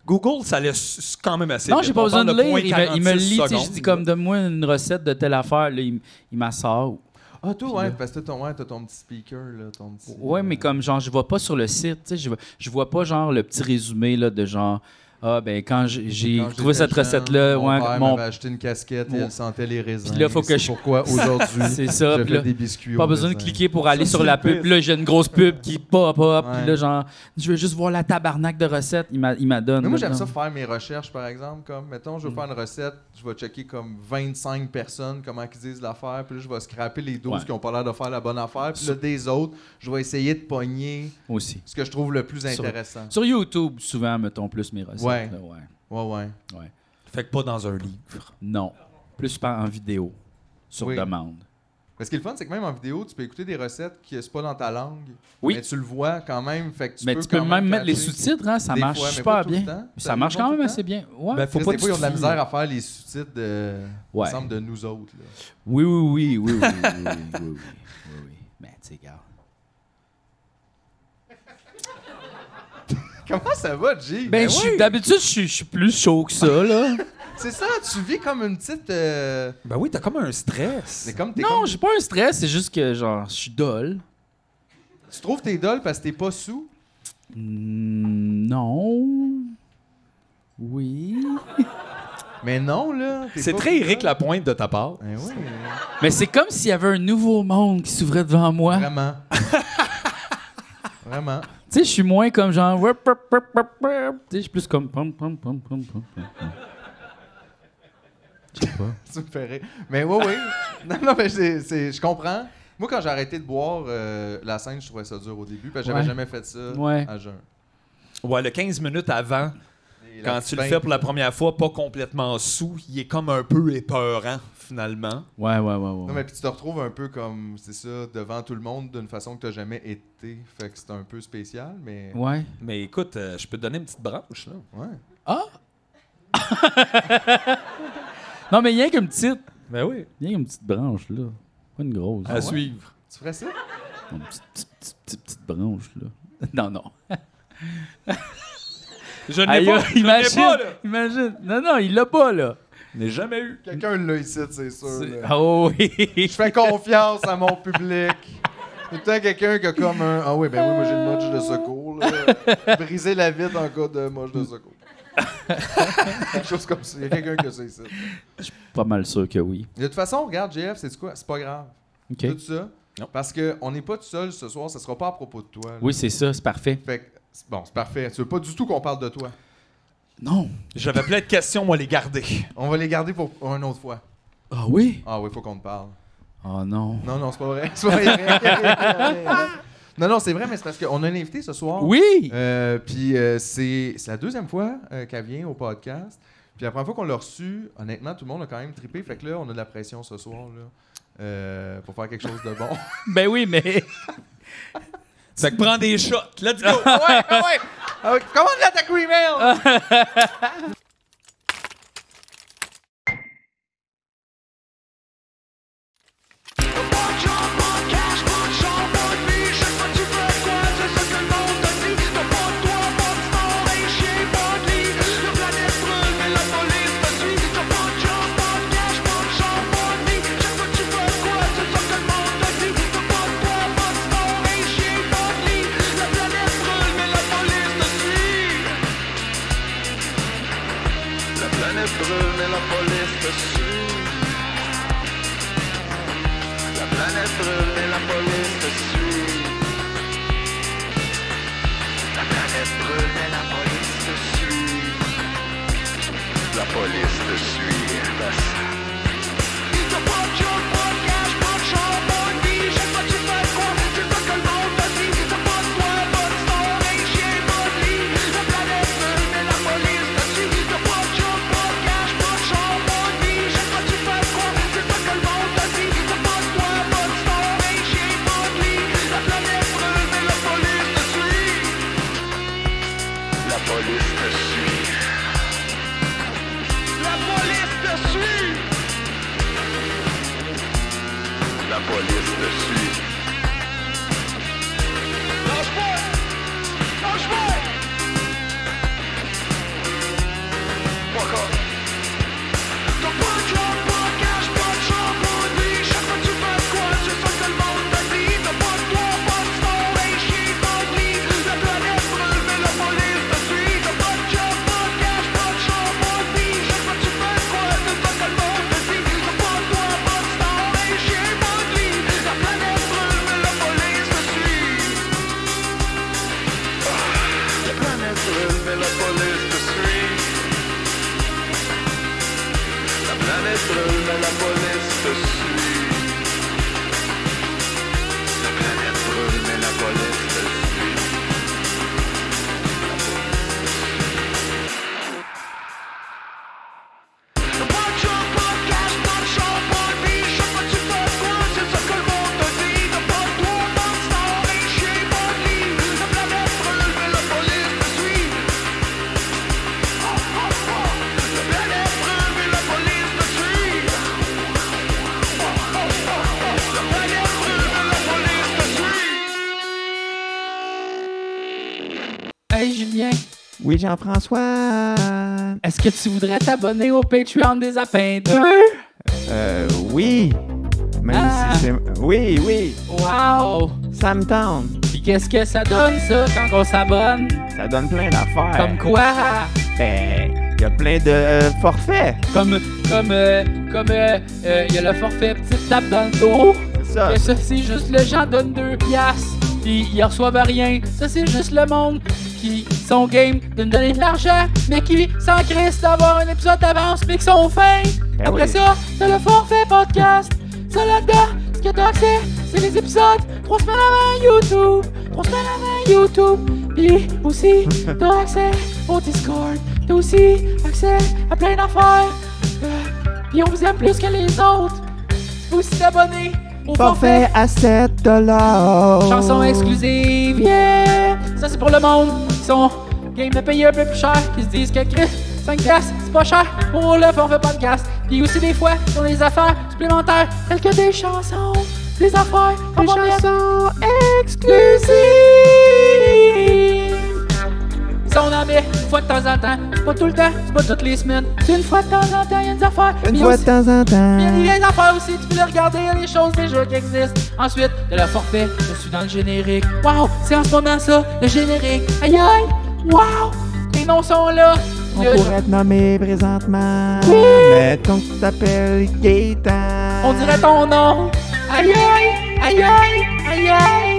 S3: Google, ça laisse quand même assez.
S1: non,
S3: vite.
S1: j'ai pas
S3: On
S1: besoin de
S3: parle
S1: lire.
S3: point
S1: Il me, il me lit. tu
S3: 46
S1: sais, Je
S3: secondes,
S1: dis, comme, donne-moi une recette de telle affaire. Là, il, il m'en sort.
S2: Ah, toi,
S1: Puis
S2: ouais,
S1: là-
S2: parce que t'as ton, ouais, t'as ton petit speaker, là, ton petit... euh,
S1: Ouais, mais comme genre, je vois pas sur le site, tu sais, je vois- je vois pas genre le petit résumé là, de genre, ah ben quand j'ai- j'ai
S2: Quand j'étais
S1: trouvé cette
S2: jeune,
S1: recette-là,
S2: mon
S1: ouais,
S2: père
S1: mon-
S2: m'avait acheté une casquette et
S1: mon-
S2: il sentait les raisins.
S1: Puis là, faut que
S2: C'est
S1: je-
S2: Pourquoi aujourd'hui,
S1: c'est ça,
S2: je
S1: puis
S2: fais
S1: là,
S2: des biscuits
S1: pas
S2: aux
S1: besoin de
S2: raisins.
S1: cliquer pour aller
S3: Ça,
S1: sur
S3: c'est
S1: la
S3: le
S1: pub.
S3: pire.
S1: Puis Là, j'ai une grosse pub qui pop, pop, puis
S2: Ouais.
S1: là, genre, je veux juste voir la tabarnak de recettes, il m'a- il m'a donné.
S2: Mais moi, j'aime ça faire mes recherches, par exemple. Comme, mettons,
S1: Mm.
S2: je veux faire une recette, je vais checker comme 25 personnes, comment ils disent l'affaire, puis là, je vais scraper les 12
S1: Ouais.
S2: qui ont pas l'air de faire la bonne affaire, puis là, des autres, je vais essayer de pogner
S1: Aussi.
S2: ce que je trouve le plus
S1: Sur-
S2: intéressant.
S1: Sur YouTube, souvent, mettons plus mes recettes.
S2: Ouais.
S1: là, ouais.
S2: Ouais, ouais.
S1: ouais.
S3: Fait que pas dans un livre.
S1: Non. Plus par- en vidéo, sur
S2: Oui.
S1: demande.
S2: Parce que le fun, c'est que même en vidéo, tu peux écouter des recettes qui c'est pas dans ta langue,
S1: Oui.
S2: mais tu le vois quand même, fait que tu
S1: mais
S2: peux
S1: tu peux
S2: quand
S1: même, mettre les
S2: catcher.
S1: sous-titres, hein, ça
S2: Des
S1: marche
S2: fois, mais pas
S1: super
S2: tout le
S1: bien.
S2: temps.
S1: Ça marche quand même assez bien. Ouais.
S3: Ben, faut
S2: Chris,
S3: pas
S2: des
S3: que
S2: fois, ils
S3: tu
S2: ont de la
S3: te fies.
S2: misère à faire les sous-titres de...
S1: Ouais.
S2: il me semble, de nous autres. là.
S1: Oui, oui, oui, oui, oui, oui, oui, oui, oui, oui, oui, oui. Mais tu sais, gars.
S2: Comment ça va, G?
S1: Ben, je suis- d'habitude, je suis- je suis plus chaud que ça, là.
S2: C'est ça, tu vis comme une petite... euh,
S3: Ben oui, t'as comme un stress.
S2: C'est comme, t'es
S1: non,
S2: comme-
S1: j'ai pas un stress, c'est juste que, genre, je suis dol.
S2: Tu trouves tes dolls parce que t'es pas sous?
S1: Mm, non. Oui.
S2: Mais non, là. t'es
S3: C'est
S2: pas
S3: très
S2: sous
S3: Éric
S2: doll.
S3: Lapointe de ta part.
S2: Ben oui, euh,
S1: Mais c'est comme s'il y avait un nouveau monde qui s'ouvrait devant moi. Tu
S2: vraiment. vraiment.
S1: sais, je suis moins comme genre. ouais, pop, pop, pop, pop. Tu sais, je suis plus comme. pom, pom, pom, pom, pom, pom.
S2: Tu me fais rire. Mais oui, oui. Non, non, mais c'est- c'est- je comprends. Moi, quand j'ai arrêté de boire, euh, la scène, je trouvais ça dur au début parce que j'avais
S1: Ouais.
S2: jamais fait ça
S1: Ouais.
S2: à jeun.
S3: Ouais, le 15 minutes avant,
S2: Et la
S3: quand
S2: petite
S3: tu le
S2: pain-
S3: fais pour la première fois, pas complètement sous, il est comme un peu épeurant, finalement.
S1: Ouais, ouais, ouais, ouais.
S2: Non, mais puis tu te retrouves un peu comme, c'est ça, devant tout le monde d'une façon que t'as jamais été. Fait que c'est un peu spécial, mais...
S1: Ouais.
S3: Mais écoute, euh, je peux te donner une petite branche, là.
S2: Ouais.
S1: Ah! non, mais rien qu'une petite.
S3: Ben oui.
S1: Il y a une petite branche, là. Pas une grosse.
S3: À
S1: là.
S3: suivre.
S2: Tu ferais ça?
S1: Une petite, petite, petite, petite, petite branche, là. Non, non.
S3: Je
S1: Aïe,
S3: n'ai pas, je n'ai
S1: imagine,
S3: pas, là.
S1: imagine. Non, non, il l'a pas, là.
S3: Je n'ai jamais eu.
S2: Quelqu'un l'a ici, c'est
S3: Euh,
S2: sûr.
S3: ben.
S2: là.
S1: Ah oui.
S2: Je fais confiance à mon public. Tout le temps, quelqu'un qui a comme un. Ah oui, ben oui, moi j'ai une moche de secours. Là. Briser la vitre en cas de moche de secours. Quelque chose comme ça. Il y a quelqu'un qui a ça ici.
S1: Pas mal sûr que oui.
S2: De toute façon, regarde, GF, c'est quoi C'est pas grave.
S1: OK.
S2: Tout ça.
S3: Non.
S2: Parce qu'on n'est pas tout seul ce soir, ça sera pas à propos de toi. là.
S1: Oui, c'est ça, c'est parfait.
S2: Fait que, c'est- bon, c'est parfait. Tu veux pas du tout qu'on parle de toi.
S1: Non.
S3: J'avais plein de questions, moi, les garder.
S2: On va les garder pour une autre fois.
S1: Ah oui?
S2: Ah oui, faut qu'on te parle.
S1: Ah non.
S2: Non, non, c'est pas vrai. C'est pas vrai. non, non, c'est vrai, mais c'est parce qu'on a un invité ce soir.
S1: Oui!
S2: Euh, puis euh, c'est c'est la deuxième fois euh, qu'elle vient au podcast. Puis la première fois qu'on l'a reçue, honnêtement, tout le monde a quand même trippé. Fait que là, on a de la pression ce soir là, euh, pour faire quelque chose de bon.
S1: Ben oui, mais...
S3: Fait que prends des shots. Let's go.
S2: Ah ouais, ouais! Euh, comment on l'attaque email?
S4: Thank planète brûle, mais la police te suit. La planète brûle, mais la police te suit. La planète brûle, mais la police te suit. La police te suit. Ils te pas de job, pas de cash, pas de char, pas de vie. Je sais pas tu fais quoi, tu veux que le monde te suive. Ils te pas de toi, pas de store, les chiens, pas de lit. La planète brûle, mais la police te suit. Ils te pas de job, pas de cash, pas de char, pas de vie. Je sais pas tu fais quoi, tu veux que le monde te suive. Ils te pas de toi, pas de store, les chiens, pas de lit. La planète brûle, mais la police te suit. La police te suit. La police te suit. La police te suit. Lâche-moi! Lâche-moi! Fuck off. T'as pas de job, pas de cash, pas de char, pas de vie. Chaque fois que tu fais quoi, tu fais que le monde te dit. T'as pas de toit, pas de store, les chiens, pas de lit. La planète brûle, mais la police te suit. T'as pas de job, pas de cash, pas de char, pas de vie. Chaque fois que tu fais quoi, tu fais que le monde te dit. T'as pas de toit, pas de store, les chiens, pas de lit. La planète brûle, mais la police te suit. Ah, La planète brûle, mais la police te suit. La planète brûle, mais la police te suit. La planète brûle, mais la police te suit. Pas de job, pas de cash, pas de char, pas de vie. Chaque fois que tu fais quoi, c'est ça que le monde te dit. T'as pas de toit, pas de star, les chiens, pas de lit. La planète brûle, mais la police te suit. La planète brûle, mais la police te suit. La planète brûle, mais la police te suit.
S1: Hey Julien,
S5: Oui, Jean-François.
S1: est-ce que tu voudrais t'abonner au Patreon des Apins 2?
S5: Euh, oui. Même
S1: Ah.
S5: si c'est. Oui, oui.
S1: Wow!
S5: Ça me tente.
S1: Puis qu'est-ce que ça donne ça quand on s'abonne?
S5: Ça donne plein d'affaires.
S1: Comme quoi?
S5: Ben, il y a plein de euh, forfaits.
S1: Comme, comme, euh, comme, euh, euh, il y a le forfait petite tape dans le dos.
S5: C'est ça.
S1: Mais ça, c'est juste le gens donnent deux piastres, puis ils reçoivent rien. Ça, c'est juste le monde qui sont game de nous donner de l'argent, mais qui s'en crissent d'avoir un épisode d'avance, mais qui sont fins.
S5: Ben
S1: Après
S5: oui.
S1: ça, t'as le forfait podcast. Ça, là-dedans, ce que t'as accès, c'est les épisodes trois semaines avant YouTube. Trois semaines avant YouTube. Puis aussi, t'as accès au Discord. T'as aussi accès à plein d'affaires. Euh, Puis on vous aime plus que les autres. Vous aussi t'abonner au forfait.
S5: Forfait à 7 dollars.
S1: Chanson exclusive, yeah! Ça, c'est pour le monde qui sont game de payer un peu plus cher, qui se disent que Chris, 5 piastres, c'est pas cher pour le forfait podcast. Puis aussi, des fois, ils ont des affaires supplémentaires, telles que des chansons, des affaires, comme
S5: Des
S1: on met-
S5: chansons exclusives.
S1: Ça, on en met une fois de temps en temps. C'est pas tout le temps, c'est pas toutes les semaines. C'est une fois de temps en temps, il y a des affaires.
S5: Une
S1: Puis
S5: fois
S1: aussi-
S5: de temps en
S1: Il y a des
S5: temps.
S1: vieilles affaires aussi, tu peux les regarder, il y a des choses, des jeux qui existent. Ensuite, de la forfait, je suis dans le générique. Waouh, c'est en ce moment ça, le générique. Aïe aïe, waouh, tes noms sont là.
S5: On
S1: Le-
S5: pourrait te nommer présentement.
S1: Oui.
S5: Mettons que tu t'appelles Gaëtan.
S1: on dirait ton nom. Aïe aïe, aïe aïe, aïe aïe.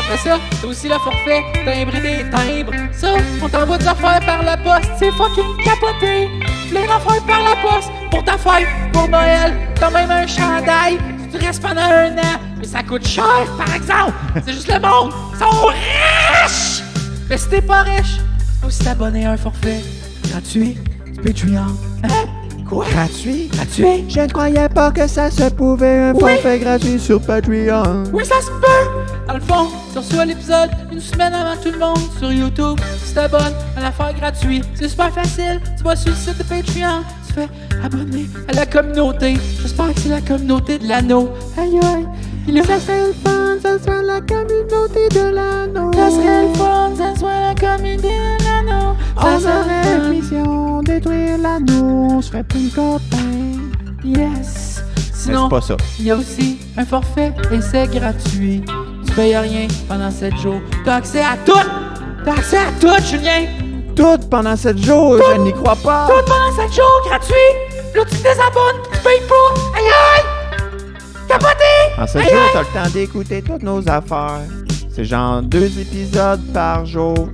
S1: Après ça, t'as aussi le forfait, timbre des timbres. Ça, on t'envoie des affaires par la poste, c'est fucking capoté. Plein d'affaires par la poste, pour ta fête, pour Noël. T'as même un chandail, tu restes pendant un an. Mais ça coûte cher, par exemple. C'est juste le monde, ils sont riches. Mais si t'es pas riche, tu peux aussi t'abonner à un forfait gratuit, du Patreon. Hein? Quoi?
S5: Gratuit?
S1: Gratuit?
S5: Je ne croyais pas que ça se pouvait un
S1: Oui.
S5: forfait gratuit sur Patreon.
S1: Oui, ça se peut! Dans le fond, tu reçois l'épisode une semaine avant tout le monde sur YouTube. Tu t'abonnes à l'affaire gratuite. C'est super facile. Tu vas sur le site de Patreon. Tu fais abonner à la communauté. J'espère que c'est la communauté de l'anneau. Aïe aïe! Puis là, ça serait le fun, ça serait la communauté de l'anneau. Ça serait le fun, ça serait la communauté de l'anneau. Ça
S5: On
S1: serait
S5: aurait
S1: le fun.
S5: mission détruire l'anneau, on serait plus copains.
S1: Yes!
S5: Mais
S1: Sinon,
S5: c'est pas ça.
S1: Il y a aussi un forfait et c'est gratuit. Tu payes rien pendant 7 jours. T'as accès à tout! T'as accès à tout, Julien! Tout!
S5: Tout pendant sept jours, je n'y crois pas.
S6: Tout pendant 7 jours, gratuit. Là, tu te désabonnes, tu payes pas. Aïe, aïe! Capoté!
S5: En sept jours, t'as le temps d'écouter toutes nos affaires. C'est genre deux épisodes par jour.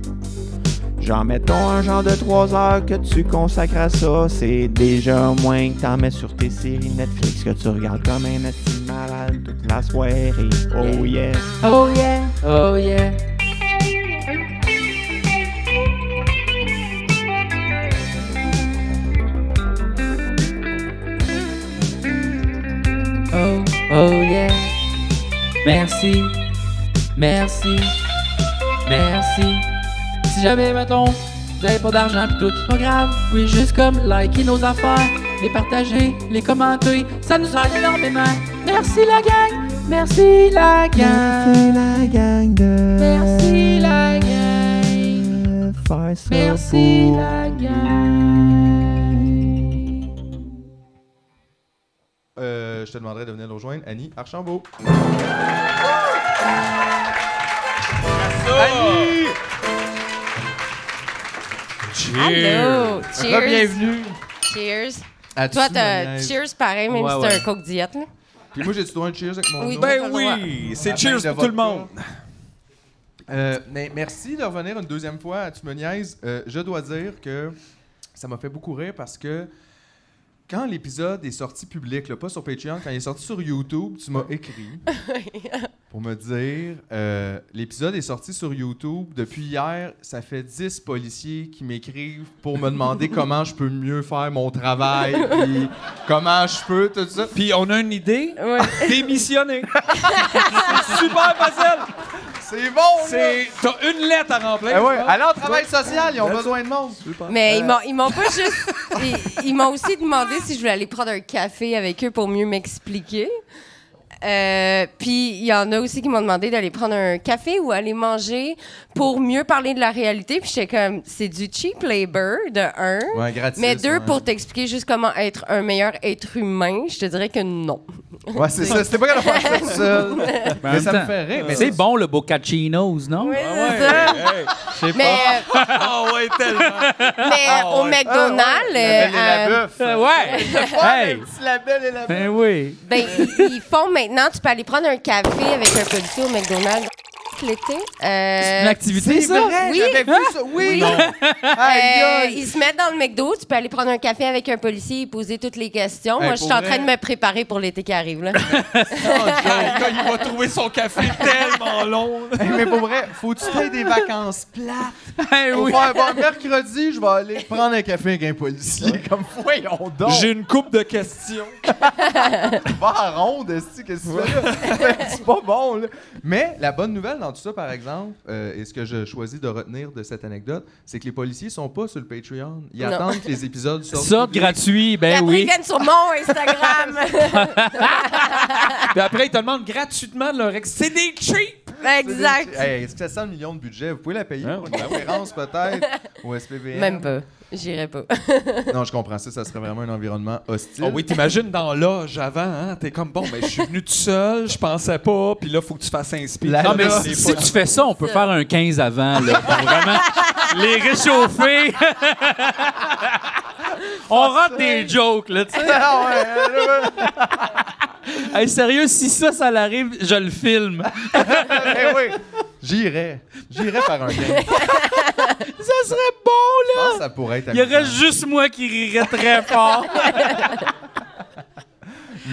S5: Genre, mettons un genre de trois heures que tu consacres à ça. C'est déjà moins que t'en mets sur tes séries Netflix que tu regardes comme un petit malade toute la soirée. Oh yeah.
S6: Oh yeah, oh yeah. Oh, oh yeah. Merci, merci, merci. Si jamais, mettons, vous avez pas d'argent pis tout, c'est pas grave. Oui, juste comme liker nos affaires, les partager, les commenter, ça nous aide énormément. Merci la gang, merci la gang,
S5: C'est la gang de.
S6: merci la gang,
S5: Faire ça
S6: merci
S5: pour-
S6: la gang.
S2: Euh, je te demanderai de venir nous rejoindre, Annie Archambault.
S7: Allô! Cheers!
S2: Bienvenue.
S7: Cheers!
S2: À
S7: Toi,
S2: Tsunayaise.
S7: t'as cheers pareil, même
S3: Ouais,
S7: si
S3: ouais.
S7: t'as un Coke Diet. Là.
S2: Puis moi, j'ai du un cheers avec mon
S7: Oui.
S2: nom.
S7: Ben,
S3: Ben oui, c'est cheers pour tout le monde.
S2: Euh, mais merci de revenir une deuxième fois à Tu me niaises. Euh, je dois dire que ça m'a fait beaucoup rire parce que quand l'épisode est sorti public, là, pas sur Patreon, quand il est sorti sur YouTube, tu m'as écrit pour me dire euh, l'épisode est sorti sur YouTube. Depuis hier, ça fait 10 policiers qui m'écrivent pour me demander comment je peux mieux faire mon travail, puis comment je peux, tout ça.
S3: Puis on a une idée.
S7: Ouais.
S3: Démissionner. C'est Super facile.
S2: C'est bon! là!
S3: C'est t'as une lettre à remplir.
S2: Eh ouais, allez en travail social, ils ont besoin de monde.
S7: Mais
S2: Euh.
S7: ils m'ont- ils m'ont pas juste. ils- Ils, m'ont aussi demandé si je voulais aller prendre un café avec eux pour mieux m'expliquer. Euh, Puis il y en a aussi qui m'ont demandé d'aller prendre un café ou aller manger pour mieux parler de la réalité. Puis j'étais comme, c'est du cheap labor, de un.
S2: Ouais, gratis.
S7: Mais deux,
S2: ouais.
S7: pour t'expliquer juste comment être un meilleur être humain, je te dirais que non.
S2: Ouais, c'est ça. C'était pas qu'elle a fait tout seul.
S1: en
S2: Mais
S1: même
S2: ça me
S1: temps,
S2: fait rire. Mais
S1: C'est bon, le Bocaccinos, non?
S7: Oui,
S2: Ah
S7: c'est ça. Mais, euh,
S3: Ah ouais, tellement.
S2: Ah
S7: mais au McDonald's,
S2: La belle et
S7: euh,
S2: la bœuf.
S1: Euh, ouais! hey!
S2: La belle et la bœuf.
S1: Ben oui!
S7: Ben, ils ils font maintenant, tu peux aller prendre un café avec un policier au McDonald's l'été.
S1: C'est une
S7: Euh,
S1: activité,
S2: C'est
S1: ça?
S2: vrai,
S7: Oui.
S2: j'avais vu ça. Oui. Aïe,
S7: euh,
S2: aïe.
S7: ils se mettent dans le McDo, tu peux aller prendre un café avec un policier et poser toutes les questions.
S2: Hey,
S7: Moi, je suis
S2: pour
S7: en train
S2: vrai.
S7: de me préparer pour l'été qui arrive. Là.
S2: Oh,
S3: Quand il va trouver son café tellement long.
S2: Hey, Mais pour vrai, faut-tu faire des vacances plates?
S1: Ben
S2: Faut
S1: oui!
S2: faire bon, mercredi, je vais aller prendre un café avec un policier. Comme voyons donc.
S3: J'ai une coupe de questions.
S2: va à ronde, est-ce que c'est Ben, C'est pas bon, là. Mais la bonne nouvelle dans tout ça, par exemple, euh, et ce que je choisis de retenir de cette anecdote, c'est que les policiers sont pas sur le Patreon. Ils
S7: Non.
S2: attendent que les épisodes sortent.
S1: Sorte gratuit,
S7: Et
S1: ben
S7: après, ils
S1: oui!
S7: viennent sur mon Instagram.
S3: Puis après, ils te demandent gratuitement de leur ex. C'est des cheap!
S7: exact.
S2: Hey, est-ce que c'est 100 millions de budget? Vous pouvez la payer
S3: Hein?
S2: pour une conférence, peut-être, au SPVM?
S7: Même pas. J'irai pas.
S2: Non, je comprends ça. Ça serait vraiment un environnement hostile.
S1: Ah
S3: Oh oui, t'imagines dans l'âge avant, hein? T'es comme, bon, ben, je suis venu tout seul, je pensais pas, puis là, faut que tu fasses inspirer.
S2: La-
S1: Non, mais
S2: Là,
S1: si,
S2: c'est
S1: si
S2: pas-
S1: tu fais ça, on peut faire un 15 avant, là, pour vraiment les réchauffer. on rentre des jokes, là, tu sais.
S2: Ah ouais, là, là,
S1: Hey, sérieux, si ça, ça l'arrive, je le filme.
S2: là, ben oui. J'irais. J'irais par un game. Je
S1: Ça serait bon, là!
S2: pense que ça pourrait être
S1: Il y aurait
S2: amusant.
S1: juste moi qui rirait très fort.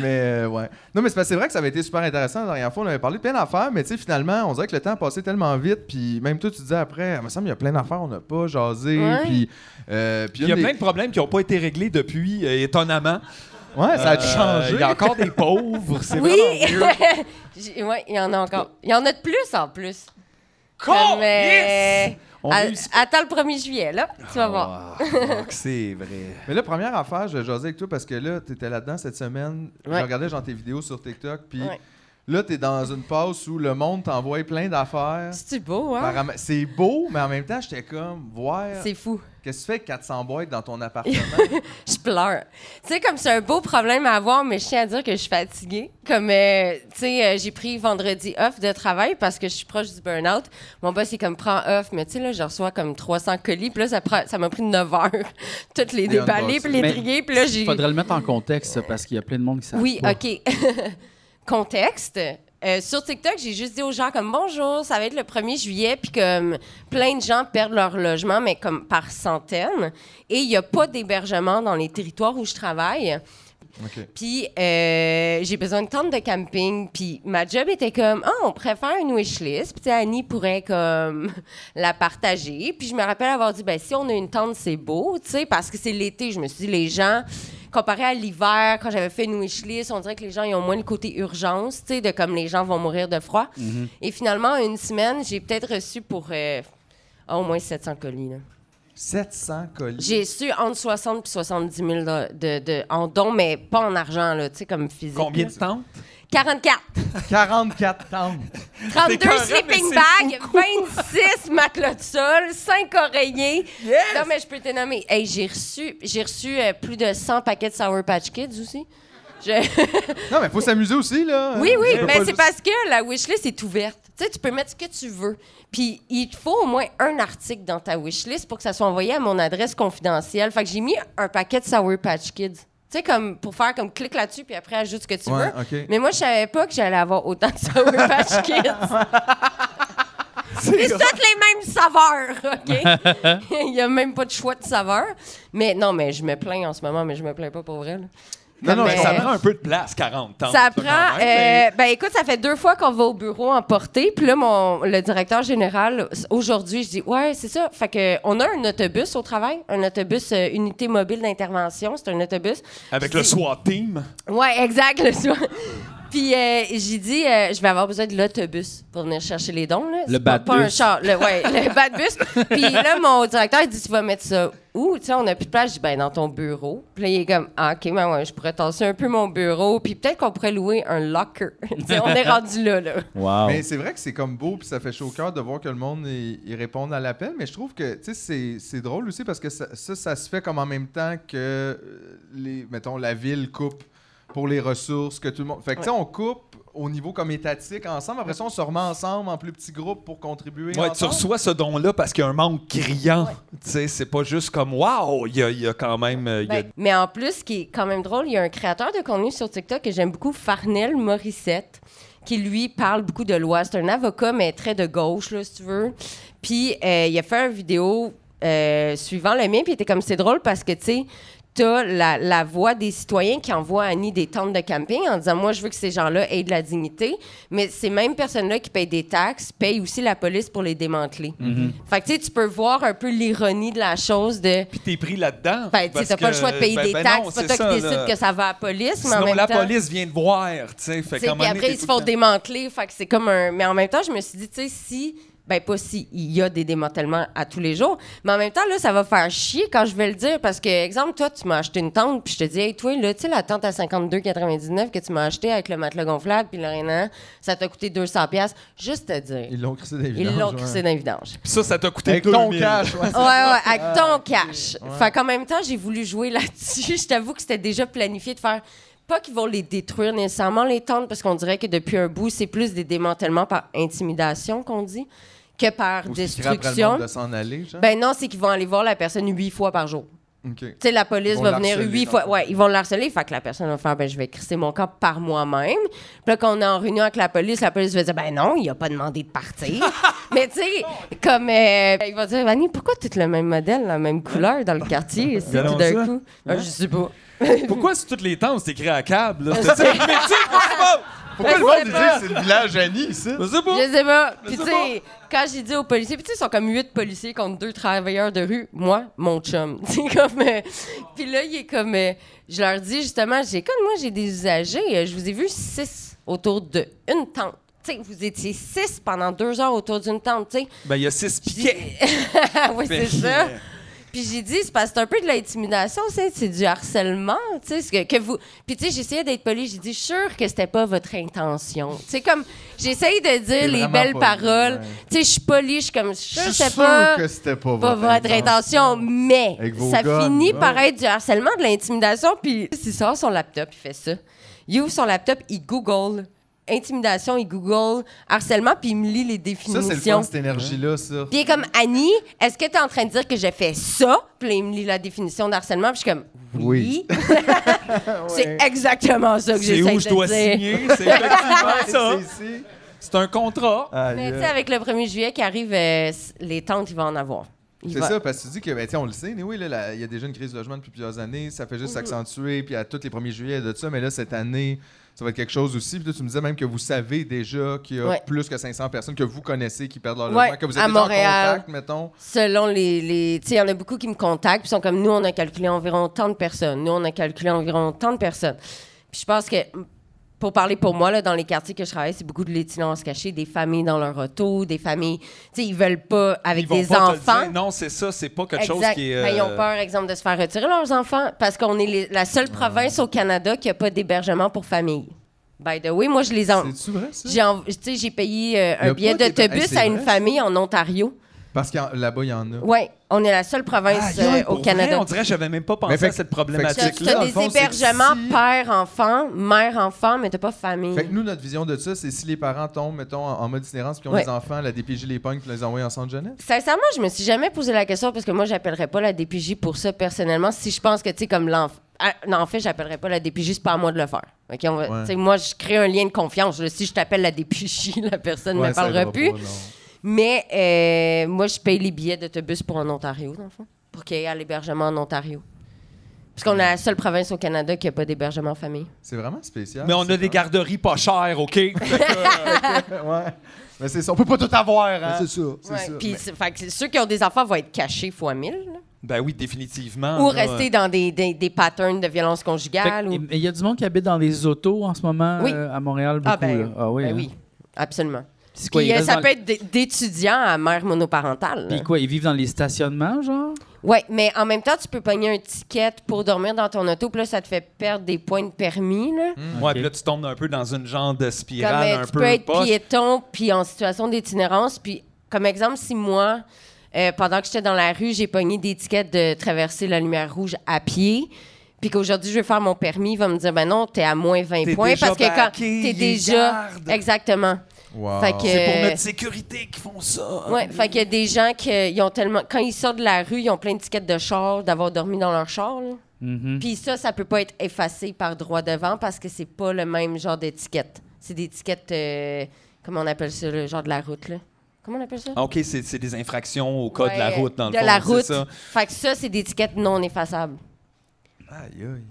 S2: Mais euh, ouais. Non, mais c'est parce que c'est vrai que ça avait été super intéressant la dernière fois. On avait parlé de plein d'affaires, mais tu sais, finalement, on dirait que le temps a passé tellement vite. Puis même toi, tu disais après, Ah, me semble, il y a plein d'affaires, on n'a pas jasé.
S7: Ouais.
S2: Puis. euh, puis
S3: Il y a
S2: une
S3: plein
S2: des-
S3: de problèmes qui n'ont pas été réglés depuis, euh, étonnamment.
S2: Ouais, ça a dû
S3: Euh,
S2: changé.
S3: Il y a encore des pauvres, c'est
S7: Oui.
S3: vraiment weird.
S7: J'ai- ouais, il y en a encore. Il y en a de plus en plus.
S3: Con! Yes!
S7: Mais
S3: On
S7: à-
S3: réussit.
S7: attends le 1er juillet, là. Tu vas voir.
S3: Ah, c'est vrai.
S2: Mais là, première affaire, je jasais avec toi parce que là, t'étais là-dedans cette semaine. Je
S7: Ouais.
S2: regardais genre tes vidéos sur TikTok. Puis
S7: Ouais.
S2: Là, t'es dans une passe où le monde t'envoie plein d'affaires.
S7: C'est-tu beau, hein?
S2: Param- C'est beau, mais en même temps, j'étais comme, voir,
S7: C'est fou.
S2: qu'est-ce que tu fais avec 400 boîtes dans ton appartement?
S7: Je pleure. Tu sais, comme c'est un beau problème à avoir, mais je tiens à dire que je suis fatiguée. Comme, euh, tu sais, euh, j'ai pris vendredi off de travail parce que je suis proche du burn-out. Mon boss, il comme, prend off, mais tu sais, là, je reçois comme 300 colis. Puis là, ça, prend- ça m'a pris 9 heures. Toutes les
S2: Les
S7: déballer, puis les
S6: Mais
S7: trier. Puis là, j'ai.
S6: Faudrait le mettre en contexte ça, parce qu'il y a plein de monde qui savent.
S7: Oui,
S6: pas.
S7: OK. Contexte. Euh, sur TikTok, j'ai juste dit aux gens comme bonjour, ça va être le 1er juillet, puis comme plein de gens perdent leur logement, mais comme par centaines. Et il n'y a pas d'hébergement dans les territoires où je travaille.
S2: OK.
S7: Puis euh, j'ai besoin de tente de camping. Puis ma job était comme, ah, on préfère une wishlist. Puis tu sais, Annie pourrait comme la partager. Puis je me rappelle avoir dit, ben si on a une tente, c'est beau, tu sais, parce que c'est l'été. Je me suis dit, les gens, comparé à l'hiver, quand j'avais fait une wishlist, on dirait que les gens, ils ont moins le côté urgence, tu sais, de comme les gens vont mourir de froid. Et finalement, en une semaine, j'ai peut-être reçu pour euh, au moins 700 colis. là.
S2: 700 colis.
S7: J'ai su entre 60 et 70 000 de, de- de- en dons, mais pas en argent, là, tu sais, comme physique.
S3: Combien
S7: là.
S3: de temps?
S7: 44.
S2: 44 tentes.
S7: 32
S3: T'es correct,
S7: sleeping
S3: mais
S7: bags, 26 matelas de sol, 5 oreillers. Non, mais je peux te nommer. Hey, j'ai reçu, j'ai reçu euh, plus de 100 paquets de Sour Patch Kids aussi. Je-
S2: Non, mais faut s'amuser aussi, là.
S7: Oui, oui,
S2: Faut
S7: mais
S2: Euh, pas
S7: c'est
S2: juste-
S7: parce que la wishlist est ouverte. Tu sais, tu peux mettre ce que tu veux. Puis il te faut au moins un article dans ta wishlist pour que ça soit envoyé à mon adresse confidentielle. Fait que j'ai mis un paquet de Sour Patch Kids. Tu sais, comme pour faire comme clique là-dessus, puis après ajoute ce que tu
S2: Ouais,
S7: veux.
S2: OK.
S7: Mais moi, je savais pas que j'allais avoir autant de Sour Patch Kids. C'est toutes les mêmes saveurs, OK? Il n'y a même pas de choix de saveurs. Mais non, mais je me plains en ce moment, mais je me plains pas pour vrai. là.
S2: Non, non,
S7: Comme,
S2: mais
S7: euh,
S3: Ça prend un peu de place, 40 tentes.
S7: ça
S3: quand
S7: prend.
S3: même,
S7: euh, ben écoute, ça fait deux fois qu'on va au bureau en portée. Puis là, mon, le directeur général, aujourd'hui, je dis Ouais, c'est ça. Fait que, on a un autobus au travail, un autobus euh, unité mobile d'intervention. C'est un autobus.
S3: mais Avec
S7: Je
S3: le
S7: dis-
S3: SWAT team.
S7: Ouais, exact, le soir. Puis euh, j'ai dit, euh, je vais avoir besoin de l'autobus pour venir chercher les dons. Là. C'est pas,
S6: bad
S7: pas un
S6: bus.
S7: char. Le, ouais, le bad bus. Puis là, mon directeur, il dit, tu vas mettre ça où? Tu sais, on n'a plus de place. Je dis, ben, dans ton bureau. Puis là, il est comme, ah, OK, ben ouais, je pourrais tasser un peu mon bureau. Puis peut-être qu'on pourrait louer un locker. Tu sais, on est rendu là, là.
S6: Wow.
S2: Mais c'est vrai que c'est comme beau, puis ça fait chaud au cœur de voir que le monde y, y répond à l'appel. Mais je trouve que tu sais, c'est- c'est drôle aussi parce que ça, ça, ça se fait comme en même temps que euh, les, mettons, la ville coupe pour les ressources, que tout le monde. Fait que tu sais, on coupe au niveau comme étatique ensemble. Après ça, on se remet ensemble en plus petits groupes pour contribuer.
S3: Ouais, tu
S2: ensemble.
S3: reçois ce don-là parce qu'il y a un manque criant. Tu sais, c'est pas juste comme Waouh, il y, a- il y a quand même. euh, il y a-
S7: Ben, mais en plus, ce qui est quand même drôle, il y a un créateur de contenu sur TikTok que j'aime beaucoup, Farnell Morissette, qui lui parle beaucoup de loi. C'est un avocat, mais très de gauche, là, si tu veux. Puis euh, il a fait une vidéo euh, suivant le mien, puis il était comme c'est drôle parce que, tu sais, t'as la, la voix des citoyens qui envoient à Annie des tentes de camping en disant moi je veux que ces gens-là aient de la dignité mais ces mêmes personnes-là qui payent des taxes payent aussi la police pour les démanteler. Fait que tu sais tu peux voir un peu l'ironie de la chose de
S3: Puis t'es pris là-dedans.
S7: ben, tu sais,
S3: parce
S7: t'as pas le
S3: que-
S7: choix de payer
S3: ben,
S7: des
S3: ben
S7: taxes.
S3: non,
S7: c'est
S3: c'est
S7: pas toi
S3: ça,
S7: qui décides
S3: là.
S7: que ça va à la police, mais en
S3: Sinon,
S7: même
S3: la
S7: temps.
S3: police vient te voir, tu sais. Fait
S7: tu sais,
S3: qu'à un moment
S7: puis
S3: donné,
S7: après,
S3: t'es
S7: ils se
S3: tout le
S7: font
S3: temps-
S7: démanteler. Fait que c'est comme un. Mais en même temps, je me suis dit, tu sais, si. Ben, pas si. Il y a des démantèlements à tous les jours. Mais en même temps, là, ça va faire chier quand je vais le dire. Parce que, exemple, toi, tu m'as acheté une tente, puis je te dis, hey, toi, là, tu sais, la tente à 52,99 que tu m'as acheté avec le matelas gonflable, puis le rénan, ça t'a coûté 200$. piastres. Juste te dire.
S2: Ils l'ont crissé des
S7: Ils
S2: vidanges,
S7: l'ont
S2: ouais.
S7: crissé dans les vidanges.
S3: Puis ça, ça t'a coûté
S2: Avec ton
S3: 2000.
S2: cash, ouais.
S7: Ouais, ouais, avec ton cash. Fait qu'en même temps, j'ai voulu jouer là-dessus. Je t'avoue que c'était déjà planifié de faire. Pas qu'ils vont les détruire nécessairement, les tentes, parce qu'on dirait que depuis un bout, c'est plus des démantèlements par intimidation qu'on dit que par
S2: Ou c'est après le
S7: destruction.
S2: monde de s'en aller, genre.
S7: Ben non, c'est qu'ils vont aller voir la personne huit fois par jour.
S2: OK.
S7: Tu sais, la police
S2: Ils vont
S7: va venir
S2: l'harceler,
S7: huit
S2: dans
S7: fois.
S2: le fond.
S7: Ouais, ils vont le harceler. Fait que la personne va faire, ben, je vais crisser mon camp par moi-même. Puis là, quand on est en réunion avec la police, la police va dire, ben non, il a pas demandé de partir. Mais tu sais, comme. euh, ils vont dire, Vanny, pourquoi tout le même modèle, la même couleur dans le quartier, ici,
S3: Allons
S7: tout d'un
S3: ça.
S7: coup? Ah, je sais pas.
S3: Pourquoi sur toutes les temps, c'est écrit à câble? là? C'est ça, le métier, quoi, c'est pas-
S2: Pourquoi
S7: Ben,
S2: le monde
S7: je
S2: dit
S7: sais pas.
S2: que c'est le village Annie ici?
S3: Je sais pas.
S7: Je sais pas. Puis tu sais, quand j'ai dit aux policiers, puis tu sais, ils sont comme huit policiers contre deux travailleurs de rue. Moi, mon chum. Tu sais, comme. euh, puis là, il est comme. euh, je leur dis justement, j'ai comme moi, j'ai des usagers. euh, Je vous ai vu six autour de une tente. Tu sais, vous étiez six pendant deux heures autour d'une tente. Tu sais,
S3: Ben, il y a six piquets.
S7: ah oui, c'est ça. Puis j'ai dit, c'est parce que c'est un peu de l'intimidation, c'est c'est du harcèlement, tu sais, ce que, que vous... Puis tu sais, j'essayais d'être polie, j'ai dit, je suis sûre que c'était pas votre intention. Tu sais, comme, j'essaye de dire les
S2: vraiment
S7: belles
S2: poli,
S7: paroles.
S2: ouais.
S7: Tu sais, je suis polie, je suis comme, je suis
S2: Je
S7: sûre que
S2: suis
S7: c'était
S2: sûr
S7: pas...
S2: que c'était pas,
S7: pas votre intention, mais
S2: Avec vos
S7: ça
S2: guns,
S7: finit
S2: ouais.
S7: par être du harcèlement, de l'intimidation. Puis il sort son laptop, il fait ça. Il ouvre son laptop, il Google intimidation, il Google harcèlement, puis il me lit les
S2: Ça, c'est le
S7: définitions.
S2: fun, cette énergie-là, ça.
S7: puis il est comme Annie, est-ce que tu es en train de dire que j'ai fait ça? Puis là, il me lit la définition de harcèlement, puis je suis comme oui. c'est exactement ça que
S3: C'est
S7: j'essaie de
S3: où je dois
S7: dire.
S3: signer. C'est effectivement ça.
S2: C'est ici.
S3: C'est un contrat.
S7: Mais
S2: Euh.
S7: tu sais, avec le 1er juillet qui arrive, euh, c- les tentes, il va en avoir. Il
S2: C'est
S7: va-
S2: ça, parce que tu dis que, ben, tiens, on le sait, mais oui, là, la- il y a déjà une crise de logement depuis plusieurs années, ça fait juste
S7: Mhm.
S2: s'accentuer, puis à tous les 1er juillet, de ça, mais là, cette année, ça va être quelque chose aussi. Puis là, tu me disais même que vous savez déjà qu'il y a
S7: Ouais.
S2: plus que 500 personnes que vous connaissez qui perdent leur
S7: Ouais,
S2: logement, que vous
S7: à
S2: êtes
S7: Montréal.
S2: en contact, mettons.
S7: selon les. les tu sais, il y en a beaucoup qui me contactent, puis sont comme nous, on a calculé environ tant de personnes. Nous, on a calculé environ tant de personnes. Puis je pense que, pour parler pour moi, là, dans les quartiers que je travaille, c'est beaucoup de l'itinérance cachée, des familles dans leur auto, des familles. Tu sais, ils veulent pas avec
S3: Ils vont
S7: des
S3: pas te le
S7: enfants.
S3: dire. Non, c'est ça. C'est pas quelque chose
S7: Exact.
S3: qui est.
S7: Ben, ils ont
S3: euh,
S7: peur, exemple, de se faire retirer leurs enfants parce qu'on est les- la seule province au Canada qui a pas d'hébergement pour famille. By the way, moi, je les en...
S2: C'est-tu vrai, ça?
S7: J'ai en- tu sais, j'ai payé euh,
S2: Y a
S7: un
S2: pas
S7: billet
S2: d'héber-
S7: d'autobus
S2: Hey, c'est
S7: à une
S2: vrai, ça?
S7: famille en Ontario.
S2: Parce que là-bas, il y en a.
S7: Oui, on est la seule
S3: Ah,
S7: province
S3: yeah,
S7: euh,
S3: pour
S7: au
S3: vrai,
S7: Canada.
S3: on dirait que j'avais même pas
S2: Mais
S3: pensé
S2: fait-
S3: à cette
S7: Tu as,
S2: fait que-
S7: tu as
S2: Là,
S3: problématique-là.
S2: dans
S7: des
S2: le fond, c'est que
S7: hébergements
S2: si-
S7: père-enfant, mère-enfant, mais t'as pas famille.
S2: Fait que nous, notre vision de ça, c'est si les parents tombent, mettons, en, en mode itinérance, puis ont
S7: Ouais.
S2: des enfants, la DPJ les pogne, puis les envoie en centre jeunesse.
S7: Sincèrement, je me suis jamais posé la question parce que moi, j'appellerais pas la DPJ pour ça personnellement. Si je pense que, tu sais, comme l'enfant. Ah, non, en fait, j'appellerais pas la DPJ, c'est pas à moi de le faire. OK, on va-
S2: Ouais.
S7: tu sais, Moi, je crée un lien de confiance. là. Si je t'appelle la DPJ, la personne ne
S2: Ouais,
S7: me
S2: ça
S7: parlera
S2: aidera
S7: plus.
S2: pas, non.
S7: Mais euh, moi, je paye les billets d'autobus pour en Ontario, dans le fond, pour qu'il y ait à l'hébergement en Ontario. Parce qu'on est la seule province au Canada qui a pas d'hébergement en famille.
S2: C'est vraiment spécial.
S3: Mais on a
S2: c'est
S3: des
S2: vrai.
S3: garderies pas chères, OK?
S2: ouais. Mais c'est ça, on peut pas tout avoir, hein.
S3: c'est ça.
S2: C'est
S7: Ouais,
S2: ça.
S7: Puis c'est- fait que c'est- ceux qui ont des enfants vont être cachés fois mille. là.
S3: Ben oui,
S2: Ah,
S3: définitivement.
S7: ou
S3: là.
S7: rester dans des, des, des patterns de violence conjugale.
S6: Fait
S7: ou-
S6: que- Il y a du monde qui habite dans les autos en ce moment
S7: Oui.
S6: euh, à Montréal. Beaucoup,
S7: Ah ben,
S6: là. ah oui.
S7: ben
S6: hein.
S7: oui, absolument.
S6: C'est quoi,
S7: Puis,
S6: ils
S7: euh,
S6: restent
S7: ça
S6: dans-
S7: peut être d- d'étudiants à mère monoparentale. là.
S6: Puis quoi, ils vivent dans les stationnements, genre?
S7: Oui, mais en même temps, tu peux pogner un ticket pour dormir dans ton auto, puis là, ça te fait perdre des points de permis. Là.
S6: Hmm.
S3: Ouais, puis là, tu tombes un peu dans une genre de
S7: Comme,
S3: spirale
S7: euh,
S3: un
S7: tu
S3: peu
S7: peux être
S3: poche.
S7: piéton, puis en situation d'itinérance. Puis, comme exemple, si moi, euh, pendant que j'étais dans la rue, j'ai pogné des tickets de traverser la lumière rouge à pied, puis qu'aujourd'hui, je vais faire mon permis, il va me dire, ben non, t'es à moins 20
S3: T'es
S7: points
S3: déjà
S7: parce que quand
S3: backé,
S7: t'es
S3: il
S7: déjà.
S3: garde.
S7: Exactement.
S2: Wow.
S7: Fait que-
S3: C'est pour
S7: Euh,
S3: notre sécurité qu'ils font ça.
S7: Ouais, fait qu'il y a des gens qui euh, ils ont tellement quand ils sortent de la rue, ils ont plein de tickets de char d'avoir dormi dans leur char. là.
S3: Mm-hmm.
S6: Mhm.
S7: Puis ça ça peut pas être effacé par droit devant parce que c'est pas le même genre d'étiquette. C'est des étiquettes euh, comment on appelle ça le genre de la route là. Comment on appelle ça
S3: Ah, OK, c'est c'est des infractions au code de la
S7: Ouais,
S3: route, dans le
S7: de
S3: fond.
S7: la
S3: c'est
S7: route.
S3: ça.
S7: Fait que ça c'est des étiquettes non effaçables.
S2: Aïe, aïe.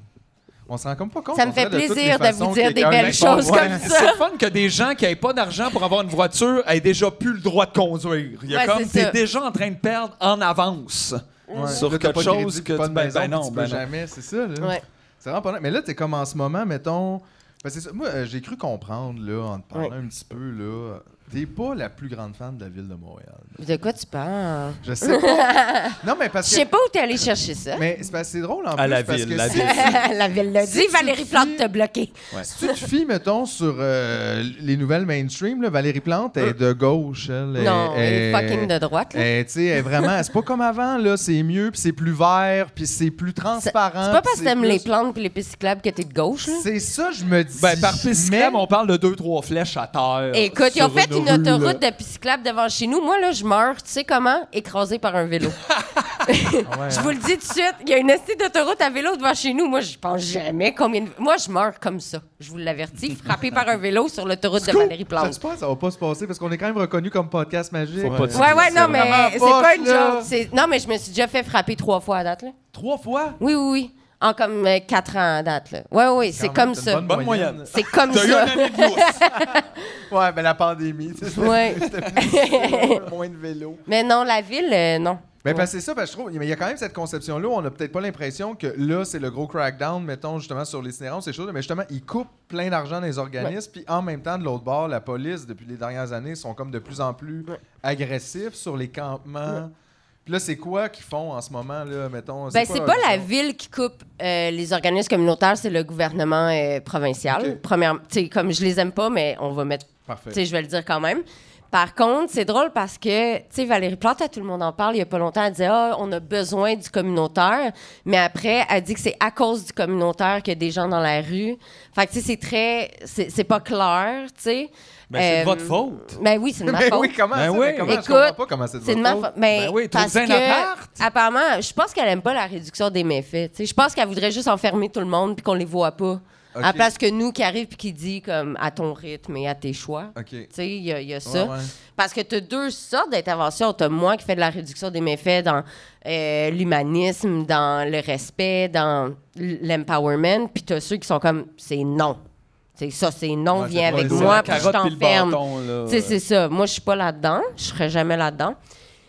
S2: On se rend comme pas compte.
S7: Ça me
S2: on dirait,
S7: fait
S2: toutes
S7: plaisir
S2: les
S7: de
S2: façons
S7: vous
S2: que
S7: dire des
S2: quelqu'un
S7: belles
S2: répond,
S7: choses
S2: ouais.
S7: comme ça.
S3: C'est le fun que des gens qui n'avaient pas d'argent pour avoir une voiture aient déjà plus le droit de conduire. Il y a
S7: Ouais,
S3: comme,
S7: c'est
S3: t'es
S7: ça.
S3: déjà en train de perdre en avance
S2: Ouais.
S3: sur
S2: Là, t'as
S3: quelque
S2: pas de
S3: chose
S2: crédit,
S3: que
S2: pas
S3: tu...
S2: de
S3: ben-
S2: maison,
S3: ben non,
S2: tu peux
S3: ben non.
S2: jamais, c'est ça. Là.
S7: Ouais.
S2: C'est vraiment pas mal. Mais là, t'es comme en ce moment, mettons. ben, c'est ça. Moi, euh, j'ai cru comprendre, là, en te parlant
S7: Ouais.
S2: un petit peu, là. T'es pas la plus grande fan de la ville de Montréal.
S7: De quoi tu parles
S2: Je sais pas. non, mais parce
S7: Je
S2: que.
S7: sais pas où t'es allé chercher ça.
S2: Mais c'est parce que c'est drôle en
S3: À
S2: plus.
S3: la
S2: parce
S3: ville,
S2: que
S3: la
S2: si-
S3: ville.
S7: la ville l'a dit, Valérie Plante t'a bloqué.
S2: Si tu te fies, mettons, sur euh, les nouvelles mainstream, là, Valérie Plante est de gauche. Elle, est-
S7: Euh. non, elle est
S2: est-
S7: fucking de droite. là.
S2: Eh, tu sais, eh, vraiment, c'est pas comme avant, là. C'est mieux, puis c'est plus vert, puis c'est plus
S7: C'est c'est
S2: transparent.
S7: pas parce que
S2: puis
S7: t'aimes
S2: c'est
S7: les
S2: plus-
S7: plantes et les pistes cyclables que t'es de gauche, là.
S2: C'est ça, je me dis.
S3: Ben, par piste
S2: mais-
S3: cyclable, on parle de deux, trois flèches à terre.
S7: Écoute, ils
S3: sur
S7: ont fait une,
S3: route.
S7: autoroute de pistes cyclables devant chez nous. Moi, là, je meurs, tu sais comment? Écrasé par un vélo. Je vous le dis tout de suite, il y a une estie d'autoroute à vélo devant chez nous. Moi, je pense jamais combien de... Moi, je meurs comme ça. Je vous l'avertis, frappé par un vélo sur l'autoroute de Valérie Plante.
S2: J'espère que ça va pas se passer parce qu'on est quand même reconnu comme podcast magique.
S3: Faut pas dire
S7: Ouais, ouais, non, mais
S2: vraiment
S7: c'est
S2: poche,
S7: pas une
S2: là.
S7: joke. C'est- Non, mais je me suis déjà fait frapper trois fois à date, là.
S2: Trois fois.
S7: Oui, oui, oui. En comme euh, quatre ans à date, là. Ouais, oui, c'est
S2: Quand
S7: comme
S2: même,
S7: ça.
S2: une
S3: Bonne moyenne.
S7: C'est comme
S3: T'as eu
S7: ça.
S3: un ami de
S7: Euh,
S3: lousse.
S2: Ouais, mais la pandémie, tu sais,
S7: Ouais.
S2: c'était moins de vélo.
S7: Mais non, la ville, euh, non.
S2: Mais parce que c'est ça, parce que je trouve, mais il y a quand même cette conception-là où on n'a peut-être pas l'impression que là, c'est le gros crackdown, mettons, justement, sur l'itinérance, ces choses mais justement, ils coupent plein d'argent dans les organismes, puis en même temps, de l'autre bord, la police, depuis les dernières années, sont comme de plus en plus agressifs sur les campements. Puis là, c'est quoi qu'ils font en ce moment, là, mettons?
S7: Ben,
S2: quoi
S7: c'est
S2: leur
S7: pas la
S2: mission?
S7: ville qui coupe euh, les organismes communautaires, c'est le gouvernement euh, provincial.
S2: Ok.
S7: Première, tu sais, comme je les aime pas, mais on va mettre
S2: Parfait.
S7: Tu sais, je vais le dire quand même. Par contre, c'est drôle parce que, tu sais, Valérie Plante, à tout le monde en parle, il y a pas longtemps, elle disait, ah, on a besoin du communautaire. Mais après, elle dit que c'est à cause du communautaire qu'il y a des gens dans la rue. Fait que, tu sais, c'est très, c'est c'est pas clair, tu sais.
S3: Ben, c'est
S7: Euh,
S3: de votre faute.
S7: Ben oui, c'est de ma
S2: Mais
S7: faute.
S2: oui, comment
S3: Ben
S2: ça?
S3: oui.
S2: Mais comment,
S7: Écoute,
S2: je comprends pas comment c'est de
S7: C'est de
S2: votre
S7: ma
S2: faute.
S7: faute. Mais
S3: Ben oui,
S7: parce
S3: trouve-en un appart.
S7: que, apparemment, je pense qu'elle aime pas la réduction des méfaits. tu sais. Je pense qu'elle voudrait juste enfermer tout le monde puis qu'on les voit pas.
S2: Ok.
S7: À la place que nous qui arrive puis qui dit comme à ton rythme et à tes choix.
S2: OK. Ouais,
S7: Tu sais, il y, a- il y a ça.
S2: ouais.
S7: Parce que tu as deux sortes d'interventions. Tu as moi qui fais de la réduction des méfaits dans euh, l'humanisme, dans le respect, dans l- l'empowerment. Puis tu as ceux qui sont comme c'est non. C'est ça, c'est non,
S2: Ouais,
S7: viens
S2: c'est
S7: avec
S2: pas-
S3: C'est
S7: moi,
S3: la
S7: puis je
S3: carotte puis le
S7: t'enferme.
S3: bâton, là.
S7: Tu sais, c'est ça. Moi, je suis pas là-dedans. Je serai jamais là-dedans.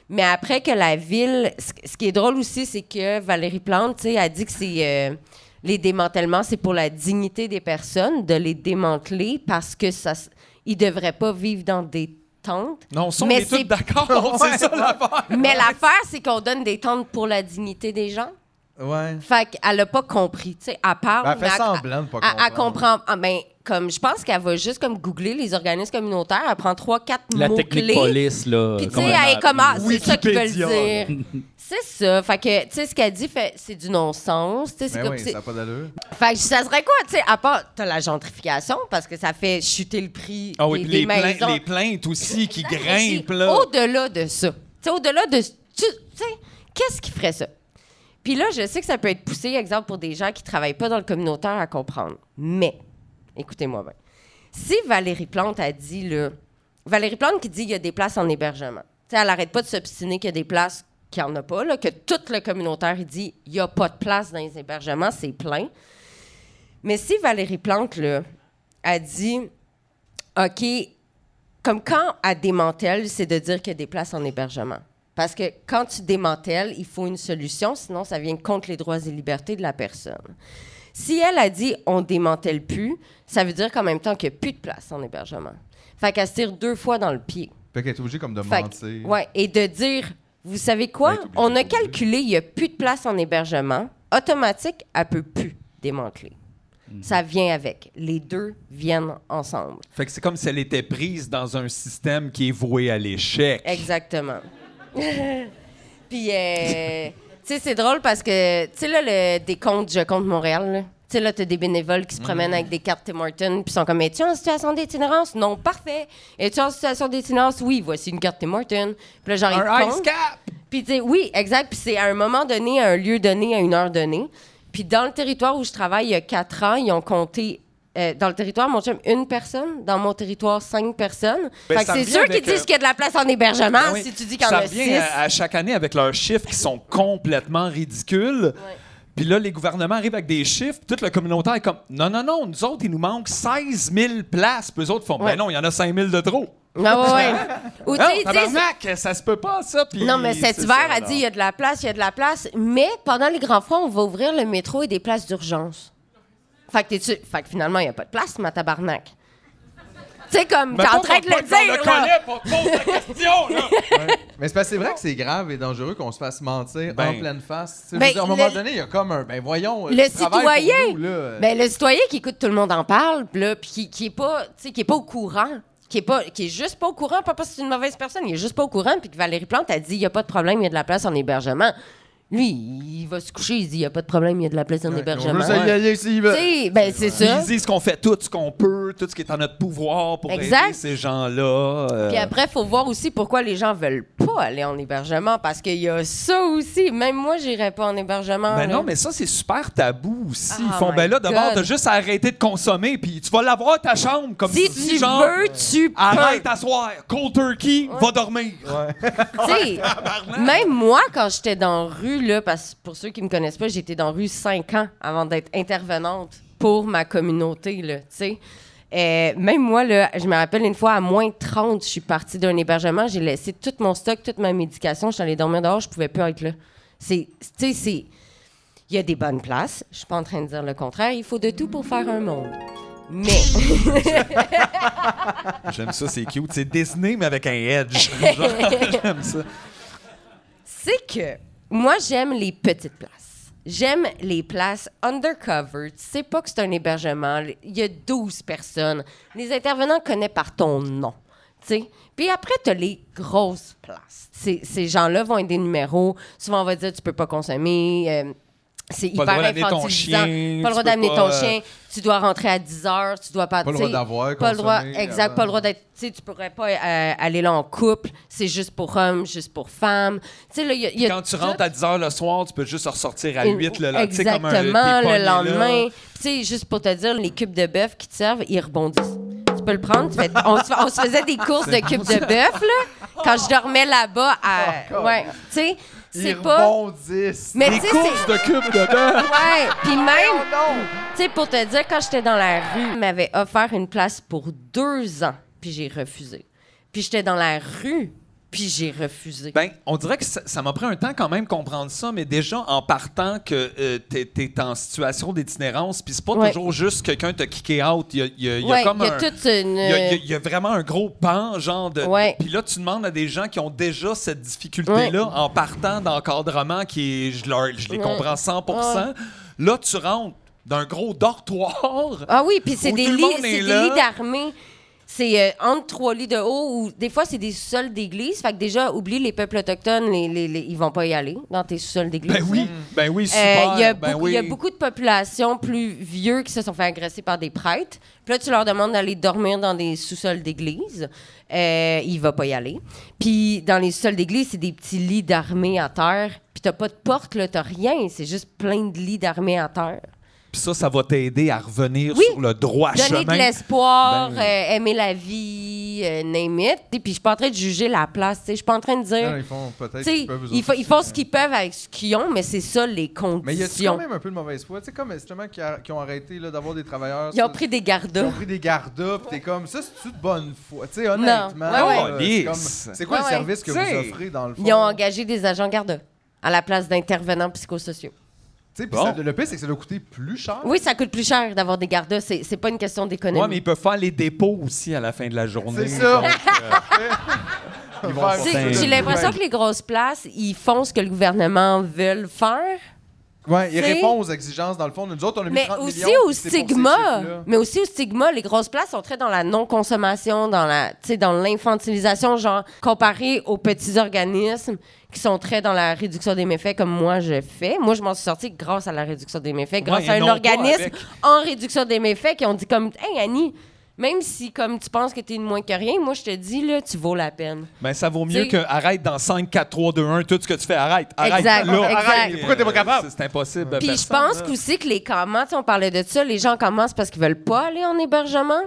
S7: Mais après que la ville. Ce ce qui est drôle aussi, c'est que Valérie Plante, tu sais, a dit que c'est. euh, les démantèlements, c'est pour la dignité des personnes de les démanteler parce que ça. s- Ils devraient pas vivre dans des tentes.
S3: Non, ça, on
S7: Mais
S3: est tous
S7: c'est-
S3: d'accord. C'est ça l'affaire.
S7: Mais l'affaire, c'est qu'on donne des tentes pour la dignité des gens.
S2: Ouais.
S7: Fait qu'elle a pas compris, tu sais, à part...
S2: Ben, elle fait
S7: mais
S2: semblant de pas
S7: elle- Elle
S2: comprendre.
S7: comprend... Ah, ben, comme, je pense qu'elle va juste comme googler les organismes communautaires, elle prend trois, quatre
S1: La technique
S7: mots-clés.
S1: police, là.
S7: Puis tu sais,
S1: complètement.
S7: elle est comme, ah, c'est ça qu'ils veulent
S3: Wikipédia, là.
S7: dire. c'est ça. Fait que, tu sais, ce qu'elle dit, fait, c'est du non-sens. tu sais, c'est
S2: Ben
S7: comme-
S2: oui,
S7: c'est-
S2: ça n'a pas d'allure.
S7: Fait que ça serait quoi, tu sais, à part... T'as la gentrification, parce que ça fait chuter le prix
S3: Ah oui,
S7: des,
S3: puis
S7: des
S3: les, plaintes-
S7: maisons.
S3: les plaintes aussi qui
S7: Non, mais c'est
S3: grimpent, là.
S7: Au-delà de ça. Tu sais, au-delà de. Tu tu sais, qu'est-ce qui ferait ça? Puis là, je sais que ça peut être poussé, exemple, pour des gens qui travaillent pas dans le communautaire à comprendre. Mais, écoutez-moi bien. Si Valérie Plante a dit, là. Valérie Plante qui dit qu'il y a des places en hébergement. Tu sais, elle arrête pas de s'obstiner qu'il y a des places qu'il n'y en a pas, là, que tout le communautaire il dit il n'y a pas de place dans les hébergements, c'est plein. Mais si Valérie Plante, là, a dit OK, comme quand à démantèle, c'est de dire qu'il y a des places en hébergement. Parce que quand tu démantèles, il faut une solution, sinon ça vient contre les droits et libertés de la personne. Si elle a dit on démantèle plus, ça veut dire qu'en même temps qu'il n'y a plus de place en hébergement. Fait qu'elle se tire deux fois dans le pied.
S2: Fait qu'elle est obligée comme de
S7: Fait que-
S2: mentir.
S7: ouais, et de dire, vous savez quoi?
S2: Ouais, t'es obligé,
S7: On a
S2: t'es obligé.
S7: calculé, il n'y a plus de place en hébergement. Automatique, elle peut plus démanteler.
S2: Mhm.
S7: Ça vient avec. Les deux viennent ensemble.
S3: Fait que c'est comme si elle était prise dans un système qui est voué à l'échec.
S7: Exactement. Puis, euh, tu sais, c'est drôle parce que, tu sais, là, le décompte Je compte Montréal, là. Tu sais, là, t'as des bénévoles
S3: Mm.
S7: qui se promènent avec des cartes Tim Hortons, puis sont comme, es-tu en situation d'itinérance? Non, parfait. Es-tu en situation d'itinérance? Oui, voici une carte Tim Hortons. Puis là, genre, ils te
S3: Un ice
S7: comptent.
S3: cap!
S7: Puis tu sais, oui, exact. Puis c'est à un moment donné, à un lieu donné, à une heure donnée. Puis dans le territoire où je travaille, il y a quatre ans, ils ont compté. euh, dans le territoire, mon chum, une personne. Dans mon territoire, cinq personnes.
S3: Ben,
S7: fait que
S3: ça
S7: c'est
S3: revient
S7: sûr qu'ils
S3: avec, euh,
S7: disent qu'il y a de la place en hébergement
S3: Ah oui.
S7: si tu dis qu'il y en
S3: Ça
S7: a
S3: revient
S7: six.
S3: à, à chaque année avec leurs chiffres qui sont complètement ridicules. Puis là, les gouvernements arrivent avec des chiffres, puis tout le communautaire est comme Non, non, non, nous autres, il nous manque 16 000 places. Puis eux autres font
S7: Ouais.
S3: Ben non, il y en a 5 000 de trop.
S7: Ah ouais, ouais. Ou tu
S3: Non,
S7: sais, ils disent-
S3: tabarnak, ça se peut pas, ça. Puis
S7: Non, mais cet
S3: c'est
S7: hiver,
S3: ça,
S7: a
S3: là.
S7: dit il y a de la place, il y a de la place. Mais pendant les grands froids, on va ouvrir le métro et des places d'urgence. Fait que, t'es-tu- fait que finalement, il n'y a pas de place, ma tabarnak. Tu sais, comme, euh, t'es
S3: Mettons
S7: en train de
S3: qu'on
S7: le
S3: pointe dans
S7: dire.
S3: le
S7: là.
S3: collet, puis on te pose la question, là.
S2: Mais c'est parce que c'est vrai que c'est grave et dangereux qu'on se fasse mentir
S3: Ben.
S2: en pleine face. Tu sais, je
S7: Ben,
S2: veux dire, à un moment
S7: le-
S2: donné, il y a comme un. Ben voyons,
S7: Le
S2: tu travailles
S7: citoyen.
S2: pour nous,
S3: Euh,
S2: là.
S7: Ben, le citoyen qui écoute tout le monde en parle, pis là, puis qui, qui est pas, tu sais, qui est pas au courant, qui est pas, qui est juste pas au courant, pas parce que c'est une mauvaise personne, il est juste pas au courant, puis que Valérie Plante a dit, il y a pas de problème, il y a de la place en hébergement. Lui, il va se coucher, il dit, il y a pas de problème, il y a de la place en
S2: On
S7: hébergement.
S2: veut
S7: Tu
S2: ça y aller s'il veut.
S7: sais, ben c'est
S3: Puis
S7: ça.
S3: Ils disent qu'on fait tout ce qu'on peut, tout ce qui est en notre pouvoir pour
S7: Exact.
S3: aider ces gens-là. euh,
S7: Puis après, faut voir aussi pourquoi les gens veulent pas aller en hébergement, parce qu'il y a ça aussi. Même moi, j'irais pas en hébergement.
S3: Ben
S7: là.
S3: non, mais ça, c'est super tabou aussi. Ils
S7: Oh
S3: font,
S7: Ah, my
S3: ben là, d'abord,
S7: God.
S3: t'as juste à arrêter de consommer, puis tu vas l'avoir ta chambre, comme
S7: si
S3: si,
S7: tu
S3: genre,
S7: veux, tu peux.
S3: arrête à soir, cold turkey, va dormir.
S7: Tu sais, même moi, quand j'étais dans la rue, là, parce que pour ceux qui me connaissent pas, j'étais dans la rue cinq ans avant d'être intervenante pour ma communauté, là, tu sais. Euh, même moi, là, je me rappelle une fois, à moins 30, je suis partie d'un hébergement, j'ai laissé tout mon stock, toute ma médication, je suis allée dormir dehors, je pouvais plus être là. C'est, tu sais, c'est... Il y a des bonnes places, je suis pas en train de dire le contraire, il faut de tout pour faire un monde. Mais...
S3: J'aime ça, c'est cute. C'est Disney, mais avec un edge. Genre, J'aime ça.
S7: C'est que moi, j'aime les petites places. J'aime les places undercover. Tu sais pas que c'est un hébergement. Il y a 12 personnes. Les intervenants connaissent par ton nom. tu sais. Puis après, tu as les grosses places. Ces, ces gens-là vont être des numéros. Souvent, on va dire tu peux pas consommer. euh, c'est
S3: Pas le droit
S7: hyper
S3: d'amener ton
S7: infantilisant.
S3: chien,
S7: Pas le droit
S3: tu peux
S7: d'amener ton
S3: pas, euh,
S7: chien. Tu dois rentrer à 10 heures. Tu dois pas.
S2: Pas le
S7: tu
S2: droit
S7: sais,
S2: d'avoir,
S7: Pas le droit.
S2: consommer
S7: Exact. Pas le
S2: avant.
S7: droit d'être. Tu sais, tu pourrais pas euh, aller là en couple. C'est juste pour hommes, juste pour femmes. Tu sais, là, il y a- il y a
S3: Quand tu
S7: tout-
S3: rentres à 10h le soir, tu peux juste ressortir à
S7: une-
S3: 8 le lendemain. Tu sais, comme un- t'es
S7: Exactement,
S3: pogné,
S7: le
S3: là.
S7: lendemain. Tu sais, juste pour te dire, les cubes de bœuf qui te servent, ils rebondissent. Tu peux le prendre. tu fais- on, se, on se faisait des courses de cubes de bœuf, là, quand je dormais là-bas. À, ouais, tu sais, c'est
S2: Ils
S7: pas...
S2: rebondissent. Oh,
S7: Mais
S3: Des
S7: tu sais,
S3: courses
S7: c'est...
S3: de cubes de beurre.
S7: Ouais, puis même...
S2: Non!
S7: Tu sais, pour te dire, quand j'étais dans la rue, ils m'avaient offert une place pour deux ans, puis j'ai refusé. Puis j'étais dans la rue, puis j'ai refusé.
S3: Ben, on dirait que ça ça m'a pris un temps quand même comprendre ça, mais déjà en partant que euh, t'es t'es en situation d'itinérance, puis c'est pas
S7: Ouais.
S3: toujours juste quelqu'un t'a kické out. Il y a, il y a- il y a
S7: ouais,
S3: comme
S7: il y a
S3: un-
S7: toute
S3: Il
S7: une...
S3: y, a- il y a- il y a vraiment un gros pan, genre de.
S7: Ouais.
S3: Puis là, tu demandes à des gens qui ont déjà cette difficulté-là en partant d'encadrement qui est. Je, leur- je les
S7: Ouais.
S3: comprends 100 Là, tu rentres d'un gros dortoir.
S7: Ah oui, puis c'est
S3: Où
S7: des
S3: tout le
S7: lits,
S3: monde est
S7: c'est des
S3: là.
S7: lits d'armée. C'est euh, entre trois lits de haut ou des fois c'est des sous-sols d'église. Fait que déjà, oublie les peuples autochtones, les, les, les- ils vont pas y aller dans tes sous-sols d'église.
S3: Ben oui, ben oui,
S7: Euh,
S3: super.
S7: Il y, a
S3: ben
S7: beaucoup-
S3: oui.
S7: il y a beaucoup de populations plus vieux qui se sont fait agresser par des prêtres. Puis là, tu leur demandes d'aller dormir dans des sous-sols d'église. Euh, il va pas y aller. Puis dans les sous-sols d'église, c'est des petits lits d'armée à terre. Puis t'as pas de porte, là, t'as rien. C'est juste plein de lits d'armée à terre.
S3: Puis ça, ça va t'aider à revenir
S7: Oui.
S3: sur le droit
S7: Donner de
S3: chemin.
S7: l'espoir,
S3: Ben-
S7: euh, aimer la vie, euh, name it. Et puis, je suis pas en train de juger la place. tu sais. Je suis pas en train de
S2: Non,
S7: dire.
S2: ils font peut-être
S7: Euh, tu
S2: ce
S7: sais,
S2: qu'ils peuvent, eux
S7: ils,
S2: autres
S7: fa- ils font
S2: aussi.
S7: ce qu'ils peuvent avec ce qu'ils ont, mais c'est ça les
S2: Mais il y a quand
S7: conditions.
S2: même un peu de mauvaise foi. Tu sais, comme justement qui, a- qui ont arrêté là, d'avoir des travailleurs.
S7: Ils ont
S2: ça,
S7: pris des
S2: Ils
S7: gardas.
S2: ont pris des gardas, pis t'es comme, ça, c'est-tu de bonne foi? Tu sais, honnêtement,
S7: Ouais, ouais.
S2: là,
S3: Police.
S2: c'est comme, c'est quoi
S7: Ouais,
S2: le
S7: ouais.
S2: service que
S3: T'sais,
S2: vous offrez dans le fond?
S7: Ils ont engagé des agents gardas à la place d'intervenants psychosociaux.
S2: Tu sais, pis
S3: Bon.
S2: ça- le pire, c'est que ça doit coûter plus cher.
S7: Oui, ça coûte plus cher d'avoir des gardas. C'est c'est pas une question d'économie.
S3: Ouais, mais ils peuvent faire les dépôts aussi à la fin de la journée.
S2: C'est ça.
S3: Donc,
S2: Ils
S3: vont
S2: faire
S7: Tu sais,
S3: Ben,
S7: J'ai
S3: oui.
S7: l'impression que les grosses places, ils font ce que le gouvernement veut faire.
S2: Ouais, ils
S7: T'sais-
S2: répondent aux exigences, dans le fond. Nous autres, on a mis
S7: Mais
S2: 30
S7: aussi
S2: millions,
S7: au
S2: c'est pour ces
S7: stigma.
S2: chiffres-là.
S7: Mais aussi au stigma, les grosses places sont très dans la non-consommation, dans la, tu sais, dans l'infantilisation, genre comparé aux petits organismes qui sont très dans la réduction des méfaits, comme moi je fais. Moi, je m'en suis sortie grâce à la réduction des méfaits, grâce
S3: Ouais,
S7: à
S3: et
S7: un
S3: non pas
S7: organisme
S3: avec.
S7: en réduction des méfaits qui ont dit comme, hey Annie. Même si, comme tu penses que t'es une moins que rien, moi je te dis, là, tu vaux la peine.
S3: Ben, ça vaut mieux
S7: T'sais-
S3: que arrête dans 5, 4, 3, 2, 1, tout ce que tu fais, arrête. Arrête.
S7: Exact,
S3: là,
S7: exact.
S3: arrête.
S2: Pourquoi t'es pas capable?
S3: Euh, C'est impossible.
S7: Puis je
S3: personne,
S7: pense
S3: là.
S7: qu'aussi que les comments, tu sais, on parlait de ça, les gens commencent parce qu'ils veulent pas aller en hébergement.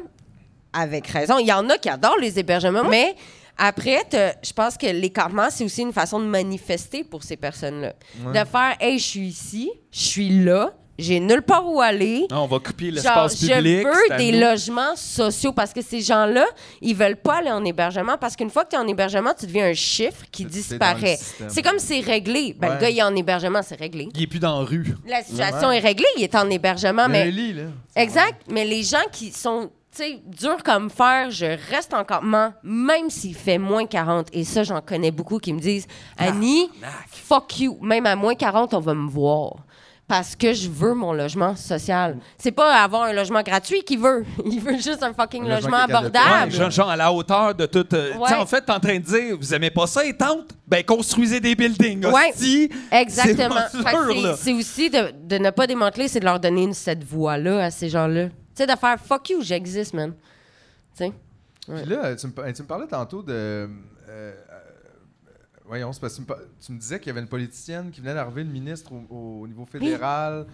S7: Avec raison. Il y en a qui adorent les hébergements, mais après, t'as- je pense que les comments, c'est aussi une façon de manifester pour ces personnes-là. De faire, hey, je suis ici, je suis là, j'ai nulle part où aller.
S3: Non, on va couper
S7: Genre,
S3: l'espace
S7: je
S3: public. c'est
S7: veux
S3: à
S7: des
S3: nous.
S7: logements sociaux parce que ces gens-là, ils veulent pas aller en hébergement parce qu'une fois que tu es en hébergement, tu deviens un chiffre qui
S2: T'es- t'es dans le
S7: disparaît.
S2: système.
S7: C'est comme c'est réglé. Ben, Le
S2: Ouais.
S7: gars, il est en hébergement, c'est réglé.
S3: Il est plus dans la rue.
S7: La situation est réglée, il est en hébergement,
S2: Il y a un
S7: mais
S2: lit, là.
S7: exact. Mais les gens qui sont, tu sais, durs comme fer, je reste en campement, même s'il fait moins 40. Et ça, j'en connais beaucoup qui me disent,
S3: Ah,
S7: Annie, fuck you, même à moins 40, on va me voir. Parce que je veux mon logement social. C'est pas avoir un logement gratuit qu'il veut. Il veut juste un fucking
S2: Un logement
S7: logement,
S2: qui est adapté.
S7: abordable.
S3: Ouais, genre, genre à la hauteur de tout. euh,
S7: Ouais.
S3: t'sais, En fait, t'es en train de dire, vous aimez pas ça, les tentes? Ben, construisez des buildings.
S7: Ouais.
S3: hostie.
S7: Exactement.
S3: C'est pas
S7: Fait que
S3: sûr,
S7: c'est-
S3: là.
S7: C'est aussi de, de ne pas démanteler, c'est de leur donner une- cette voix-là à ces gens-là. Tu sais, de faire fuck you, j'existe, man. Tu sais? Ouais.
S2: Puis là, tu me, pa- tu me parlais tantôt de. euh, euh, voyons, c'est parce que tu me pa- tu me disais qu'il y avait une politicienne qui venait d'arriver, le ministre au, au niveau fédéral,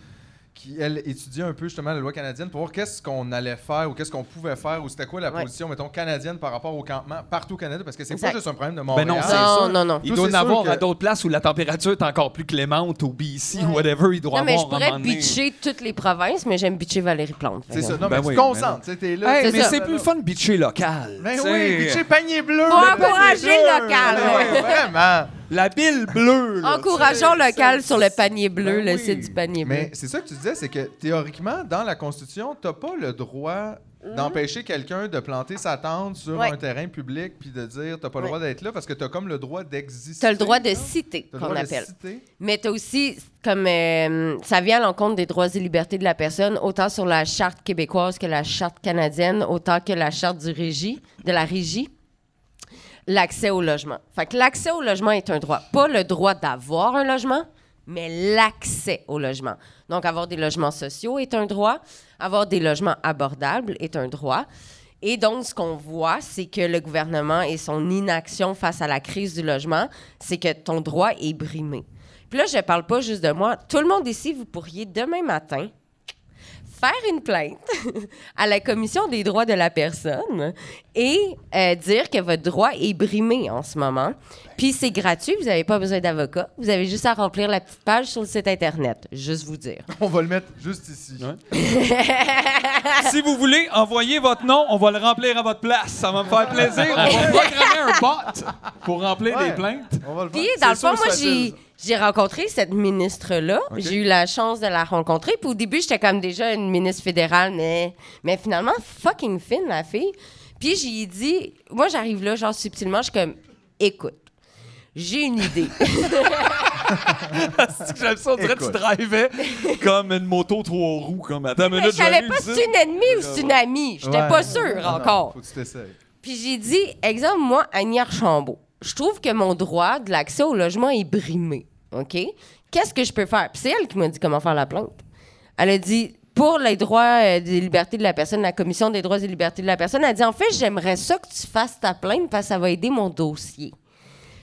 S2: qui, elle, étudiait un peu justement la loi canadienne pour voir qu'est-ce qu'on allait faire ou qu'est-ce qu'on pouvait faire ou c'était quoi la
S7: Ouais.
S2: position, mettons, canadienne par rapport au campement partout au Canada, parce que c'est
S7: Exact.
S2: pas juste un problème de
S3: Ben
S2: Montréal.
S3: non, c'est
S7: Non,
S3: sûr.
S7: non, non.
S3: Il
S2: Toi,
S3: doit en
S2: c'est sûr
S3: avoir
S2: que-
S3: à d'autres places où la température est encore plus clémente, au BC,
S7: Ouais.
S3: whatever. Il doit
S7: Non, mais je
S3: avoir un
S7: pourrais
S3: moment donné.
S7: bitcher toutes les provinces, mais j'aime bitcher Valérie Plante.
S2: C'est ça. Non,
S3: Ben
S2: mais
S3: oui,
S2: tu te concentres. tu sais, t'es là.
S3: Hey,
S7: C'est
S3: mais
S7: ça.
S3: c'est plus le fun de bitcher local.
S2: Mais
S3: t'sais.
S2: Ben oui, puis tu sais, panier bleu.
S7: Faut
S2: le panier
S7: encourager le
S2: bleu.
S7: local.
S2: Ben oui, vraiment.
S3: La bille bleue. là,
S7: Encourageons
S3: tu sais,
S7: local
S3: c'est-
S7: sur le panier bleu,
S3: Ben
S7: le
S3: oui.
S7: site du panier bleu.
S2: Mais c'est ça que tu disais, c'est que théoriquement, dans la Constitution, t'as pas le droit d'empêcher quelqu'un de planter sa tente sur
S7: Mhm. Ouais.
S2: un terrain public puis de dire t'as pas le droit d'être là parce que t'as comme le droit d'exister.
S7: T'as le droit de
S2: là.
S7: citer,
S2: T'as le
S7: qu'on
S2: droit de
S7: appelle.
S2: citer.
S7: Mais t'as aussi, comme euh, ça vient à l'encontre des droits et libertés de la personne, autant sur la charte québécoise que la charte canadienne, autant que la charte du régie, de la régie, l'accès au logement. Fait que l'accès au logement est un droit. Pas le droit d'avoir un logement, mais l'accès au logement. Donc, avoir des logements sociaux est un droit. Avoir des logements abordables est un droit. Et donc, ce qu'on voit, c'est que le gouvernement et son inaction face à la crise du logement, c'est que ton droit est brimé. Puis là, je parle pas juste de moi. Tout le monde ici, vous pourriez demain matin faire une plainte à la Commission des droits de la personne et euh, dire que votre droit est brimé en ce moment. Puis c'est gratuit, vous n'avez pas besoin d'avocat. Vous avez juste à remplir la petite page sur le site Internet. Juste vous dire.
S2: On va le mettre juste ici.
S3: si vous voulez, envoyez votre nom, on va le remplir à votre place. Ça va me faire plaisir. On va programmer un bot pour remplir
S2: Ouais.
S3: des plaintes.
S2: On va le faire.
S7: Puis, dans le
S2: C'est
S7: fond,
S2: sûr,
S7: moi,
S2: c'est
S7: j'ai,
S2: facile.
S7: j'ai rencontré cette ministre-là. J'ai eu la chance de la rencontrer. Puis, au début, j'étais comme déjà une ministre fédérale, mais, mais finalement, fucking fine, la fille. Puis, j'ai dit, moi, j'arrive là, genre subtilement, je suis comme, écoute, j'ai une idée.
S3: C'est que J'aime ça, on dirait que tu
S2: Écoute.
S3: drivais comme une moto trois roues. Comme, attends, une
S7: mais
S3: minute,
S7: je
S3: je vais
S7: savais
S3: lire
S7: pas
S3: ça.
S7: si c'est une ennemie ou si c'est une amie. J'étais
S2: Ouais.
S7: pas sûre
S2: Ah Non, non,
S7: encore.
S2: Faut que tu t'essayes.
S7: Puis j'ai dit, exemple, moi, Annie Archambault, je trouve que mon droit de l'accès au logement est brimé. OK? Qu'est-ce que je peux faire? Puis c'est elle qui m'a dit comment faire la plainte. Elle a dit, pour les droits euh, des libertés de la personne, la Commission des droits et libertés de la personne, elle a dit, en fait, j'aimerais ça que tu fasses ta plainte parce que ça va aider mon dossier.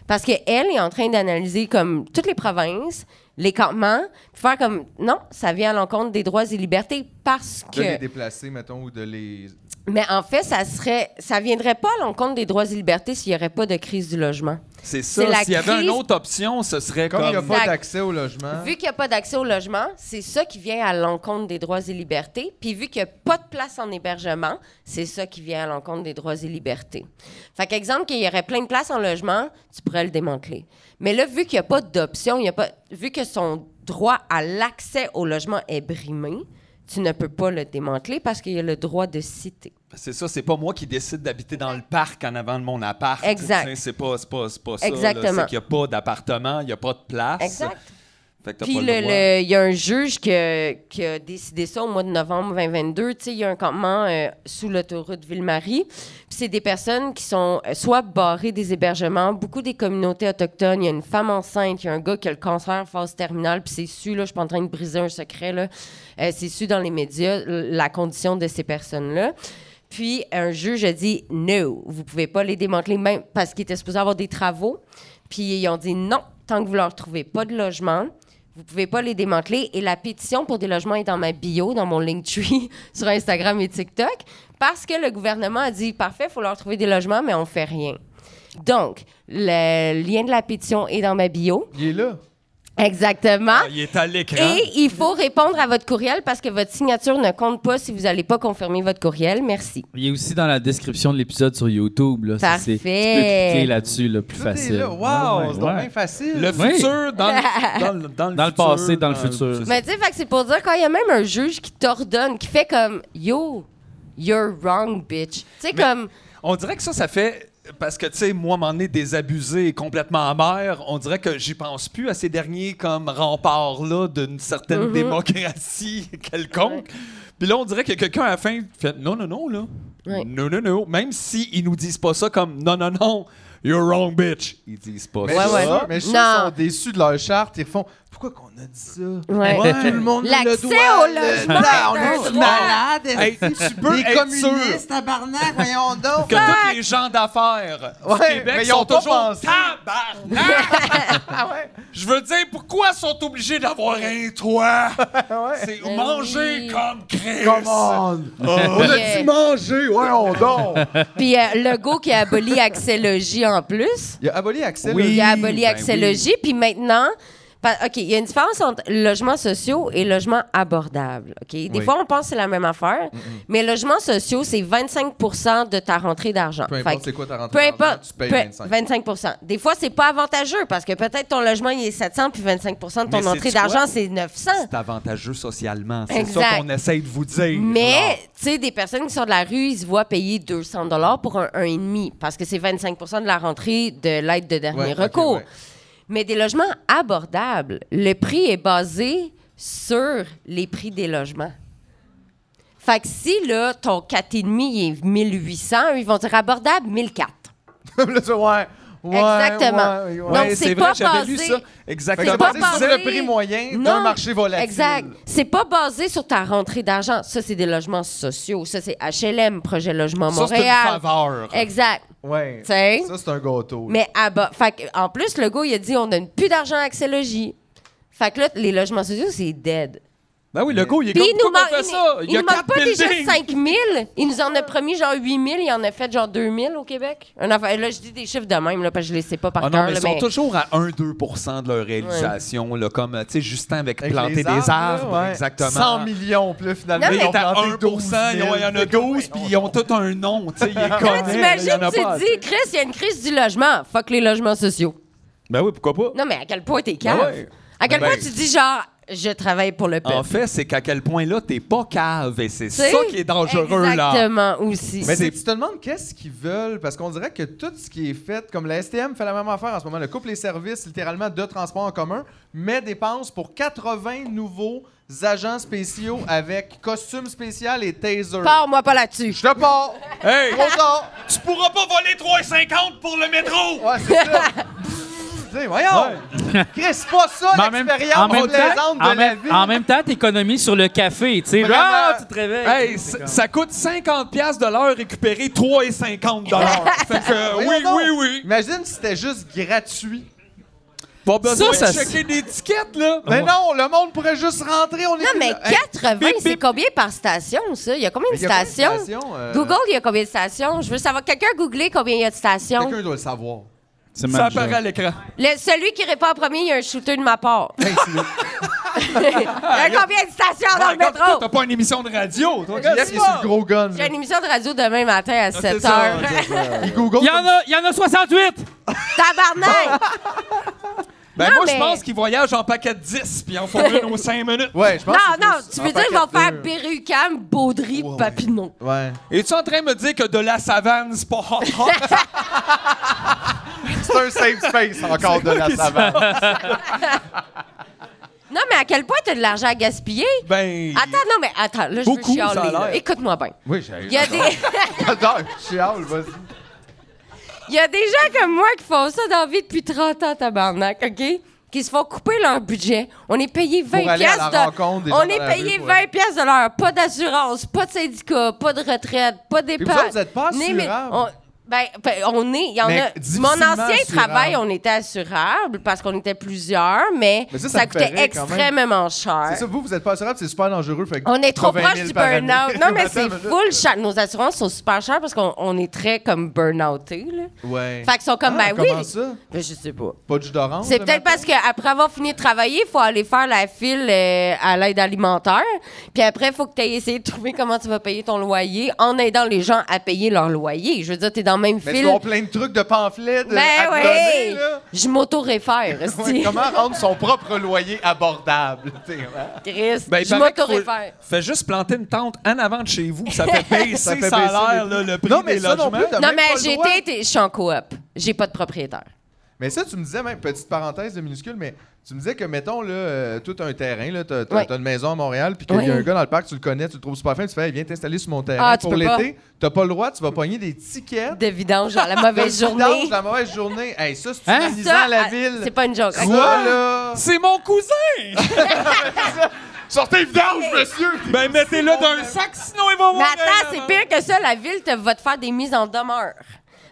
S7: Parce qu'elle est en train d'analyser comme toutes les provinces, les campements, puis faire comme, non, ça vient à l'encontre des droits et libertés parce que...
S2: De les déplacer, mettons, ou de les.
S7: Mais en fait, ça serait, ça viendrait pas à l'encontre des droits et libertés s'il n'y aurait pas de crise du logement.
S3: C'est
S7: C'est la
S3: ça. S'il y avait
S7: crise-
S3: une autre option, ce serait
S2: Comme
S3: comme.
S2: il n'y a
S7: Exact.
S2: pas d'accès au logement.
S7: Vu qu'il n'y a pas d'accès au logement, c'est ça qui vient à l'encontre des droits et libertés. Puis vu qu'il n'y a pas de place en hébergement, c'est ça qui vient à l'encontre des droits et libertés. Fait qu'exemple, qu'il y aurait plein de places en logement, tu pourrais le démanteler. Mais là, vu qu'il n'y a pas d'option, il y a pas, vu que son droit à l'accès au logement est brimé, tu ne peux pas le démanteler parce qu'il y a le droit de citer.
S3: C'est ça, c'est pas moi qui décide d'habiter dans le parc en avant de mon appart.
S7: Exact.
S3: Tu sais, C'est pas, c'est pas, c'est pas ça. là.
S7: Exactement.
S3: C'est qu'il n'y a pas d'appartement, il n'y a pas de place.
S7: Exact.
S3: Fait que t'as
S7: Puis
S3: pas
S7: le-
S3: le droit.
S7: le- il y a un juge qui a, qui a décidé ça au mois de novembre 2022. Tu sais, il y a un campement euh, sous l'autoroute Ville-Marie. Puis c'est des personnes qui sont euh, soit barrées des hébergements, beaucoup des communautés autochtones. Il y a une femme enceinte, il y a un gars qui a le cancer phase terminale. Puis c'est su, là, je suis pas en train de briser un secret, là. Euh, c'est su dans les médias l- la condition de ces personnes-là. Puis un juge a dit no, vous pouvez pas les démanteler même parce qu'ils étaient supposés avoir des travaux. Puis ils ont dit non, tant que vous leur trouvez pas de logement, vous pouvez pas les démanteler. Et la pétition pour des logements est dans ma bio, dans mon Linktree sur Instagram et TikTok, parce que le gouvernement a dit parfait, faut leur trouver des logements, mais on fait rien. Donc, le lien de la pétition est dans ma bio.
S2: Il est là.
S7: Exactement.
S3: Ah, il est à l'écran.
S7: Et il faut répondre à votre courriel parce que votre signature ne compte pas si vous n'allez pas confirmer votre courriel. Merci.
S6: Il est aussi dans la description de l'épisode sur YouTube. Là, Ça, c'est-
S7: Parfait.
S6: Tu peux cliquer là-dessus, là, plus
S2: Tout
S6: facile.
S2: est là.
S6: Ah
S2: Wow,
S6: ouais,
S2: c'est
S6: ouais.
S2: donc bien facile.
S3: Le
S6: Oui.
S3: futur dans le, dans le,
S6: Dans le
S3: futur,
S6: passé, dans le futur.
S7: Mais tu sais, fait que c'est pour dire quand il y a même un juge qui t'ordonne, qui fait comme Yo, you're wrong, bitch. Tu sais,
S3: Mais-
S7: comme.
S3: On dirait que ça, ça fait. Parce que, tu sais, moi, m'en est désabusé et complètement amer. On dirait que j'y pense plus à ces derniers comme remparts-là d'une certaine
S7: Mm-hmm.
S3: démocratie quelconque. Puis là, on dirait que quelqu'un à la fin fait non, non, non, là.
S7: Ouais.
S3: Non, non, non. Même s'ils ils nous disent pas ça comme non, non, non, you're wrong, bitch. Ils disent pas
S2: Mais
S3: ça.
S2: je suis
S7: ouais.
S2: sûr- Mais je suis sûr
S7: Non.
S2: qu'ils sont déçus de leur charte. Ils font Pourquoi qu'on a dit ça
S7: Ouais.
S2: Tout le monde nous le
S7: L'accès
S2: doit.
S7: au
S2: le-
S7: logement
S2: Non,
S7: est un
S2: non,
S7: droit.
S8: Malade,
S3: Hey, tu peux
S8: des
S3: être sûr
S8: communistes, tabarnak, voyons donc.
S3: que tous les gens d'affaires au
S2: Ouais,
S3: Québec
S2: mais ils
S3: sont
S2: ont pas
S3: toujours
S2: pensé. Ah
S3: tabarnak. Je veux dire, pourquoi sont obligés d'avoir un toit? C'est
S7: Ben
S3: manger
S7: oui.
S3: comme Christ.
S2: Come on! On
S7: Puis,
S2: a
S7: euh,
S2: dit manger, ouais, on dort!
S7: Puis euh, Legault qui a aboli Axelogie en plus.
S2: Il a aboli Axel.
S7: Il a aboli Axelogie. Puis maintenant, Pa- OK, il y a une différence entre logements sociaux et logements abordables. OK? Des
S2: Oui.
S7: fois, on pense que c'est la même affaire, mais logements sociaux, c'est 25 de ta rentrée d'argent.
S2: Peu
S7: Fait
S2: importe
S7: que-
S2: c'est quoi ta rentrée.
S7: peu
S2: d'argent,
S7: importe.
S2: Tu payes
S7: peu-
S2: 25.
S7: 25 Des fois, c'est pas avantageux parce que peut-être ton logement, il est 700, puis 25 de ton
S3: Mais
S7: entrée
S3: sais-tu quoi?
S7: d'argent, c'est 900.
S3: C'est avantageux socialement. C'est ça
S7: Exact.
S3: qu'on essaye de vous dire.
S7: Mais, tu sais, des personnes qui sont de la rue, ils se voient payer 200 pour un 1,5 parce que c'est 25 de la rentrée de l'aide de dernier
S2: Ouais, ok,
S7: recours.
S2: ouais.
S7: Mais des logements abordables, le prix est basé sur les prix des logements. Fait que si, là, ton 4,5 il est 1800, eux, ils vont dire abordable 1004.
S2: Là, tu- ouais, ouais,
S7: Exactement.
S2: ouais, ouais.
S7: Donc,
S3: Ouais,
S7: c'est
S3: vrai,
S7: pas
S3: j'avais
S7: basé-
S3: lu ça.
S2: Fait que
S3: Exactement.
S2: c'est
S7: c'est pas
S2: basé sur
S7: basé-
S2: le prix moyen d'un
S7: Non,
S2: marché volatile.
S7: Exact. C'est pas basé sur ta rentrée d'argent. Ça, c'est des logements sociaux. Ça, c'est HLM, Projet Logement
S3: Ça, c'est une
S7: Montréal.
S3: faveur.
S7: exact.
S2: Ouais. Ça,
S7: T'sais?
S2: c'est un gâteau. là.
S7: Mais à bas. Fait que, en plus, le gars, il a dit on donne plus d'argent à Axelogie. Fait que là, les logements sociaux, c'est dead.
S3: Ben oui, le go, il est
S7: Puis
S3: comme,
S7: il nous
S3: pourquoi on
S7: manque,
S3: fait ça?
S7: il
S3: y a
S7: nous manque
S3: quatre
S7: pas
S3: buildings.
S7: déjà 5 000. Il nous en a promis genre 8 000. Il en a fait genre 2 000 au Québec. Un affaire- là, je dis des chiffres de même, là, parce que je les sais pas par
S3: Ah non,
S7: cœur.
S3: mais
S7: là,
S3: ils sont
S7: mais-
S3: toujours à 1-2 de leur réalisation, là, comme, tu sais, Justin avec,
S2: Avec
S3: planter
S2: les arbres,
S3: des
S2: là,
S3: arbres,
S2: ouais.
S3: exactement.
S2: 100 millions, plus finalement.
S3: Là,
S7: Non, mais-
S3: ils
S2: ont
S3: sont à
S2: planté
S3: 1
S2: 12 000.
S3: ils ont- il y en a 12, puis ils ont tout un nom, tu sais, ils les
S7: Là,
S3: connaissent, là, il y en a
S7: t'imagines,
S3: pas.
S7: tu dis, Chris, il y a une crise du logement. Fuck les logements sociaux.
S3: Ben oui, pourquoi pas?
S7: Non, mais à quel point t'es cave?
S3: Ben ouais.
S7: À quel
S3: Ben
S7: point
S3: ben-
S7: tu dis genre, je travaille pour le peuple?
S3: En fait, c'est qu'à quel point là, t'es pas cave, et c'est
S7: Tu sais?
S3: ça qui est dangereux, là.
S7: Exactement, aussi.
S2: Mais c'est- tu te demandes qu'est-ce qu'ils veulent, parce qu'on dirait que tout ce qui est fait, comme la STM fait la même affaire en ce moment, le couple les services littéralement de transport en commun, mais dépense pour 80 nouveaux agents spéciaux avec costumes spécial et taser.
S7: Pars-moi pas là-dessus.
S2: Je te pars!
S3: Hey,
S2: Bonsoir!
S3: tu pourras pas voler 3,50 pour le métro!
S2: Ouais, c'est ça! Tu sais, voyons! Chris, c'est pas
S1: Mais
S2: ça
S1: en même- en
S2: l'expérience
S1: même temps,
S2: plaisante
S1: en
S2: de la
S1: même-
S2: vie!
S1: en même temps, t'économises sur le café, tu sais.
S2: Vraiment.
S1: Ah, tu te réveilles.
S3: Hey, c- ça coûte 50 pièces de l'heure récupérer 3,50 dollars. Fait que euh,
S2: Voyons
S3: oui,
S2: donc.
S3: oui, oui.
S2: Imagine si c'était juste gratuit.
S3: Pas besoin
S1: ça,
S3: de
S1: c'est-
S3: checker des tickets là.
S2: Mais non, le monde pourrait juste rentrer, on est
S7: Non,
S2: plus
S7: mais
S2: là. Hey,
S7: 80,
S2: bip,
S7: c'est
S2: bip.
S7: combien par station, ça? Il y a combien de
S2: mais il y a combien de
S7: stations?
S2: stations, euh,
S7: Google, il y a combien de stations? Je veux savoir. Quelqu'un a googlé combien il y a de stations?
S2: Quelqu'un doit le savoir.
S5: C'est
S3: Ça apparaît à l'écran.
S7: Le- celui qui répond en premier, il y a un shooter de ma part.
S2: Hey, c'est-
S7: il y a combien de stations dans le
S3: Regarde, toi,
S7: métro?
S3: T'as pas une émission de radio, toi.
S2: Jeff, il est sur le gros gun.
S7: J'ai une émission de radio demain matin
S2: Ah,
S7: à 7 heures.
S2: Il Google.
S1: Il y en a, il y en a 68!
S7: Tabarnak!
S3: Ben
S7: Non,
S3: moi, je
S7: mais-
S3: pense qu'ils voyagent en paquet de 10 puis ils en font une aux 5 minutes.
S2: Ouais, je pense.
S7: Non,
S2: que c'est plus-
S7: non, tu
S2: en
S7: veux dire qu'ils
S2: paquet
S7: vont faire
S2: de-
S7: Berrucam, Baudry, Papineau.
S2: Ouais.
S3: Es-tu en train de me dire que de la savane, c'est pas hot hot?
S2: C'est un safe space encore de la savane.
S7: Non, mais à quel point t'as de l'argent à gaspiller?
S3: ben.
S7: Attends, non, mais attends, là, je
S3: Beaucoup,
S7: veux
S3: ça a
S7: chialer. là.
S3: l'air.
S7: Écoute-moi bien.
S2: Oui,
S7: Il
S2: j'ai.
S7: y a des...
S2: Attends, je chiale, vas-y.
S7: Il y a des gens comme moi qui font ça dans la vie depuis 30 ans, tabarnak, OK? Qui se font couper leur budget. On est payé 20
S2: aller à la
S7: piastres
S2: rencontre des
S7: de...
S2: gens
S7: On
S2: dans
S7: est
S2: la
S7: payé
S2: rue,
S7: 20
S2: ouais.
S7: piastres de l'heure. Pas d'assurance, pas de syndicat, pas de retraite, pas
S2: vous
S7: d'épargne.
S2: autres, vous êtes pas
S7: Ni- mais
S2: assurable.
S7: on- ben, ben, on est... Il y en
S2: Mais
S7: a...
S2: difficilement
S7: Mon ancien
S2: assurable.
S7: travail, on était assurable parce qu'on était plusieurs, mais,
S2: Mais ça,
S7: ça,
S2: ça me
S7: coûtait
S2: paraît quand même.
S7: extrêmement cher.
S2: C'est ça, vous, vous êtes pas assurable, c'est super dangereux. Fait que
S7: On est trop
S2: 80
S7: proche
S2: 000
S7: du
S2: par année.
S7: burn-out. Non, mais
S2: Attends
S7: c'est
S2: une minute.
S7: full. cher. Nos assurances sont super chères parce qu'on on est très comme burn-outés. là.
S2: Ouais.
S7: Fait qu'ils sont comme,
S2: Ah,
S7: ben oui.
S2: Comment ça?
S7: Ben, je sais pas.
S2: Pas de jus d'orange?
S7: C'est
S2: le
S7: peut-être
S2: matin?
S7: parce qu'après avoir fini de travailler, il faut aller faire la file euh, à l'aide alimentaire. Puis après, il faut que tu aies essayé de trouver comment tu vas payer ton loyer en aidant les gens à payer leur loyer. Je veux dire, tu es dans le même
S2: Mais tu
S7: fil.
S2: dois avoir plein de trucs de pamphlets, de.
S7: Ben
S2: à te
S7: ouais.
S2: donner, là.
S7: Je m'auto-réfère.
S2: Ouais,
S7: esti.
S2: comment rendre son propre loyer abordable? tu sais, hein?
S7: Chris,
S3: Ben, il
S7: je
S3: paraît qu'il faut-
S7: m'auto-réfère.
S3: Fais juste planter une tente en avant de chez vous, puis ça fait baisser
S2: Ça
S3: ça
S2: fait
S3: salaire,
S2: baisser les-
S3: là, le prix
S2: Non, mais
S3: des
S2: ça non
S3: logements.
S2: plus, t'as
S7: Non,
S2: même pas
S7: mais
S2: le
S7: j'ai
S2: droit.
S7: été, été- je suis en coop. J'ai pas de propriétaire.
S2: Mais ça, tu me disais, même, petite parenthèse de minuscule, mais tu me disais que, mettons, là, euh, tout un terrain, là, t'as, t'as-
S7: Ouais.
S2: t'as une maison à Montréal, puis qu'il
S7: Ouais.
S2: y a un gars dans le parc, tu le connais, tu le trouves super fin, tu fais, hey, viens t'installer sur mon terrain
S7: Ah, tu
S2: pour
S7: peux
S2: l'été. T'as pas le droit, tu vas pogner des tickets.
S7: De vidange dans la
S2: de
S7: mauvaise
S2: vidange
S7: journée.
S2: la mauvaise journée. Hey, ça, c'est
S1: Hein?
S2: humanisant
S7: Ça,
S2: la
S7: ah,
S2: ville.
S7: C'est pas une joke.
S2: Quoi, là?
S3: C'est mon cousin!
S2: Sortez vidange, monsieur!
S3: ben, mettez-le dans un sac, sinon il va
S7: Mais
S3: mourir!
S7: attends, c'est pire que ça. La ville te, va te faire des mises en demeure.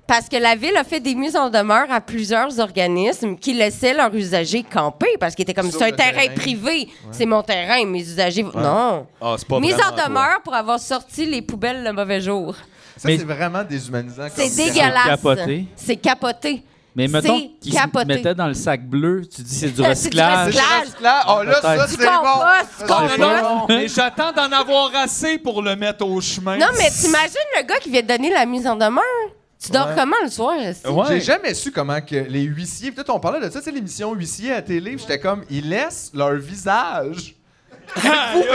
S7: Parce que la ville a fait des mises en demeure à plusieurs organismes qui laissaient leurs usagers camper parce qu'ils étaient comme
S2: Sur
S7: c'est un
S2: le
S7: terrain,
S2: terrain.
S7: privé, c'est mon terrain, mes usagers. Non.
S3: Ah, c'est pas
S7: Mise
S3: vraiment
S7: en
S3: toi.
S7: demeure pour avoir sorti les poubelles le mauvais jour.
S2: Ça,
S1: Mais-
S2: c'est vraiment déshumanisant. comme
S7: C'est
S2: terrain.
S7: dégueulasse.
S1: capoté.
S7: C'est capoté.
S1: Mais mettons
S7: C'est
S1: qu'ils se
S7: capoté.
S1: mettaient dans le sac bleu, tu dis c'est du
S7: C'est du recyclage.
S1: recyclage.
S7: Clash.
S2: Là, oh, là, ça,
S1: Peut-être.
S2: c'est
S7: Tu comprends,
S2: bon.
S7: tu
S2: Ça,
S7: comprends.
S2: c'est bon.
S3: Mais j'attends d'en avoir assez pour le mettre au chemin.
S7: Non, mais t'imagines le gars qui vient te donner la mise en demeure? Tu dors
S2: Ouais.
S7: comment le soir? est-ce
S1: Euh,
S7: que-
S3: Ouais.
S2: J'ai jamais su comment que les huissiers. Peut-être on parlait de ça, c'est l'émission huissier à télé. puis J'étais comme, ils laissent leur visage. Vous,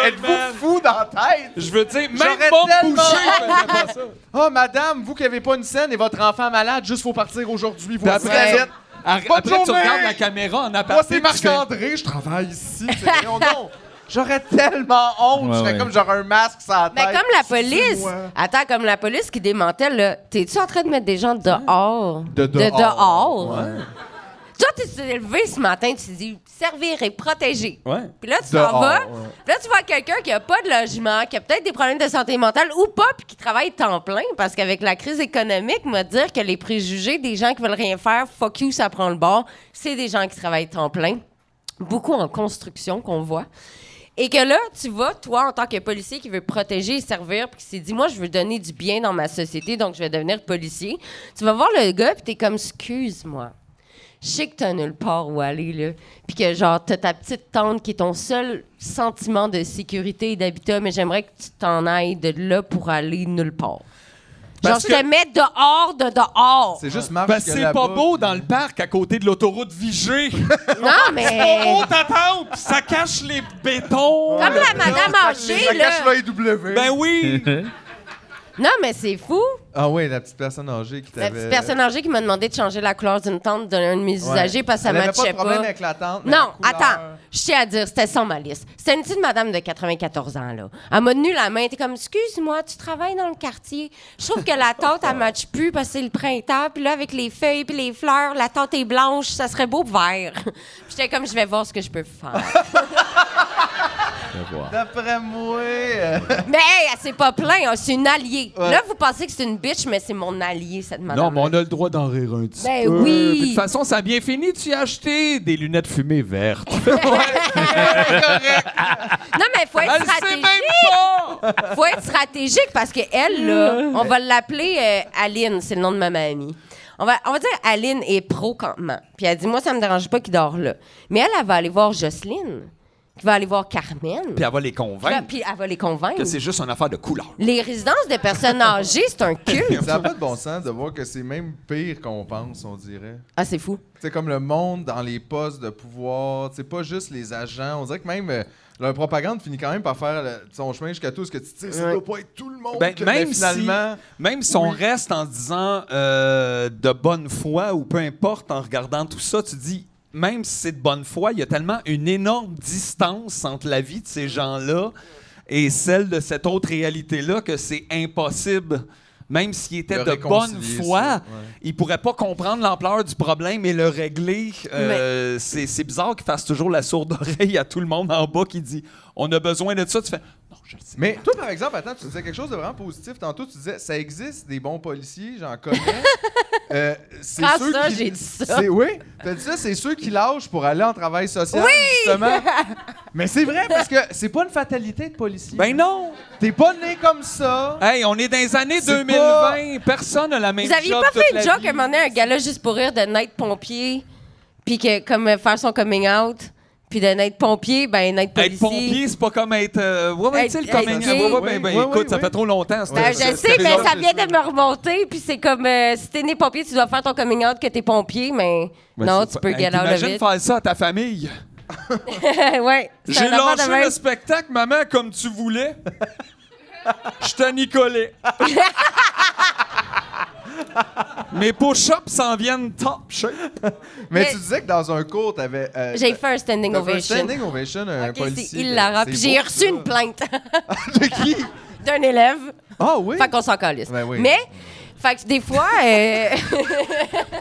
S2: êtes-vous fou dans la tête?
S3: Je veux dire, oh, même
S2: J'aurais
S3: Bob
S2: tellement-
S3: Boucher faisait pas ça.
S2: Oh, madame, vous qui avez pas une scène et votre enfant malade, juste faut partir aujourd'hui. Vous
S3: D'après-
S2: vous êtes-
S3: Ar-
S2: Bonne
S3: Après, tu
S2: journée!
S3: regardes la caméra en
S2: Moi,
S3: aparté.
S2: c'est
S3: puis tu fais- ben,
S2: Marc-André, je travaille ici. C'est voyons donc. J'aurais tellement honte.
S1: Ouais,
S2: je serais
S1: ouais.
S2: comme j'aurais un masque sur la
S7: Mais
S2: tête.
S7: comme la
S2: C'est
S7: police,
S2: moi.
S7: attends, comme la police qui démantèle, là, t'es-tu en train de mettre des gens dehors?
S2: De dehors. Ouais.
S7: Toi, tu t'es levé ce matin, tu te dis servir et protéger.
S3: Ouais.
S7: Puis là, tu
S2: Dehors,
S7: t'en vas.
S2: ouais.
S7: Puis là, tu vois quelqu'un qui a pas de logement, qui a peut-être des problèmes de santé mentale ou pas, puis qui travaille temps plein. Parce qu'avec la crise économique, me dire que les préjugés des gens qui veulent rien faire, fuck you, ça prend le bord, c'est des gens qui travaillent temps plein. Beaucoup en construction qu'on voit. Et que là, tu vas, toi, en tant que policier qui veut protéger et servir, puis qui s'est dit, moi, je veux donner du bien dans ma société, donc je vais devenir policier. Tu vas voir le gars, puis t'es comme, excuse-moi je sais que t'as nulle part où aller, là. Puis que, genre, t'as ta petite tente qui est ton seul sentiment de sécurité et d'habitat, mais j'aimerais que tu t'en ailles de là pour aller nulle part. Genre,
S3: Parce
S7: je
S3: que-
S7: te mets dehors de dehors.
S2: C'est juste marche
S3: Ben,
S2: que
S3: c'est
S2: là-bas.
S3: pas beau dans le parc à côté de l'autoroute Vigée.
S7: Non, mais.
S3: On t'attend, puis ça cache les bétons.
S7: Comme la madame
S2: Les
S7: âgée,
S2: bagages
S7: là.
S2: AEW.
S3: Ben oui.
S7: Non, mais c'est fou.
S2: Ah oui, la petite personne âgée qui
S7: La
S2: t'avait...
S7: petite Ben, personne âgée qui m'a demandé de changer la couleur d'une tente d'un de mes
S2: Ouais.
S7: usagers parce que ça
S2: Elle avait pas
S7: matchait
S2: de problème
S7: pas.
S2: avec la tente, mais
S7: Non,
S2: la couleur.
S7: attends, je tiens à dire, c'était sans malice. C'était une petite madame de 94 ans, là. Elle m'a tenu la main, elle était comme, excuse-moi, tu travailles dans le quartier. Je trouve que la tente, elle matche plus parce que c'est le printemps, puis là, avec les feuilles, puis les fleurs, la tente est blanche, ça serait beau vert. Puis j'étais comme, je vais voir ce que je peux faire.
S2: D'après moi... euh,
S7: mais hey, elle s'est pas plainte, hein, c'est une alliée.
S2: Ouais.
S7: Là, vous pensez que c'est une bitch, mais c'est mon alliée, cette madame.
S3: Non, mais on a le droit d'en rire un petit
S7: Ben
S3: peu.
S7: oui.
S3: Puis De toute façon, ça a bien fini. Tu as acheté des lunettes fumées vertes.
S7: Non, mais faut être
S3: Elle sait
S7: stratégique.
S3: même pas.
S7: faut être stratégique parce que elle là, on va l'appeler euh, Aline, c'est le nom de ma mamie. On va, on va dire Aline est pro campement. Puis elle dit moi ça me dérange pas qu'il dort là. Mais elle, elle va aller voir Jocelyne, qui va aller voir Carmen.
S3: Puis elle va les
S7: Puis là,
S3: convaincre
S7: Puis elle va les convaincre.
S3: que c'est juste une affaire de couleur.
S7: Les résidences de personnes âgées, c'est un culte.
S2: Ça n'a pas de bon sens de voir que c'est même pire qu'on pense, on dirait.
S7: Ah, c'est fou.
S2: C'est comme le monde dans les postes de pouvoir, c'est pas juste les agents. On dirait que même euh, leur propagande finit quand même par faire le- son chemin jusqu'à tout ce que tu sais, ça doit pas être tout le monde.
S3: Ben,
S2: que-
S3: même
S2: mais finalement,
S3: si, même si on reste en disant euh, de bonne foi ou peu importe, en regardant tout ça, tu dis, même si c'est de bonne foi, il y a tellement une énorme distance entre la vie de ces gens-là et celle de cette autre réalité-là que c'est impossible. Même s'ils étaient
S2: De
S3: de, bonne
S2: réconcilier
S3: foi,
S2: ça, ouais.
S3: ils pourraient pas comprendre l'ampleur du problème et le régler. Euh, C'est c'est bizarre qu'ils fassent toujours la sourde oreille à tout le monde en bas qui dit on a besoin de ça. Tu fais non, je le sais.
S2: Mais toi, par exemple, attends, tu disais quelque chose de vraiment positif. Tantôt, tu disais, ça existe des bons policiers, j'en connais. Euh, c'est
S7: Ah,
S2: ceux
S7: ça,
S2: qui-
S7: j'ai dit ça.
S2: C'est, oui, t'as dit ça, c'est ceux qui lâchent pour aller en travail social, justement. Mais c'est vrai, parce que c'est pas une fatalité de policier.
S3: Ben non!
S2: T'es pas né comme ça.
S3: Hey, on est dans les années
S2: C'est
S3: 2020. Personne n'a la même
S7: Vous aviez
S3: job
S7: pas
S3: toute
S7: fait une
S3: la
S7: joke
S3: vie.
S7: à un moment donné, un gars-là juste pour rire de naître pompier, puis que comme euh, faire son coming out, puis de naître pompier, ben naître policier.
S3: Être pompier, c'est pas comme être. euh, ouais, ouais, tu sais, le
S7: Être-
S3: coming out.
S7: être
S3: Ouais,
S7: gay.
S3: ouais, ben, ben,
S2: Oui, oui,
S3: écoute, ça
S2: oui.
S3: fait trop longtemps. c'était-
S7: Ben,
S2: Ouais,
S7: je
S2: c'est-
S7: sais,
S2: c'est
S7: mais
S2: bizarre,
S7: ça
S2: c'est
S7: vient
S2: ça.
S7: de me remonter, puis c'est comme euh, si t'es né pompier, tu dois faire ton coming out que t'es pompier, mais
S3: Ben,
S7: non,
S3: c'est
S7: tu
S3: pas-
S7: peux
S3: Hey,
S7: get out of
S3: T'imagines
S7: it.
S3: faire ça à ta famille.
S7: ouais, c'est
S3: J'ai
S7: un enfant de
S3: lâché
S7: même.
S3: le spectacle, maman, comme tu voulais. Je te Nicolet. Mes push-ups s'en viennent top shape.
S2: Mais,
S7: Mais-
S2: tu disais que dans un cours, t'avais. euh,
S7: J'ai fait un standing
S2: t'as fait un
S7: ovation.
S2: standing ovation à un
S7: Ok, c'est
S2: policier. ben,
S7: hilarant.
S2: C'est
S7: Puis
S2: beau,
S7: j'ai reçu
S2: ça.
S7: une plainte
S2: De qui
S7: d'un élève.
S2: Ah oui
S7: Fait qu'on s'en calisse.
S2: Ben oui.
S7: Mais, fait que des fois, euh,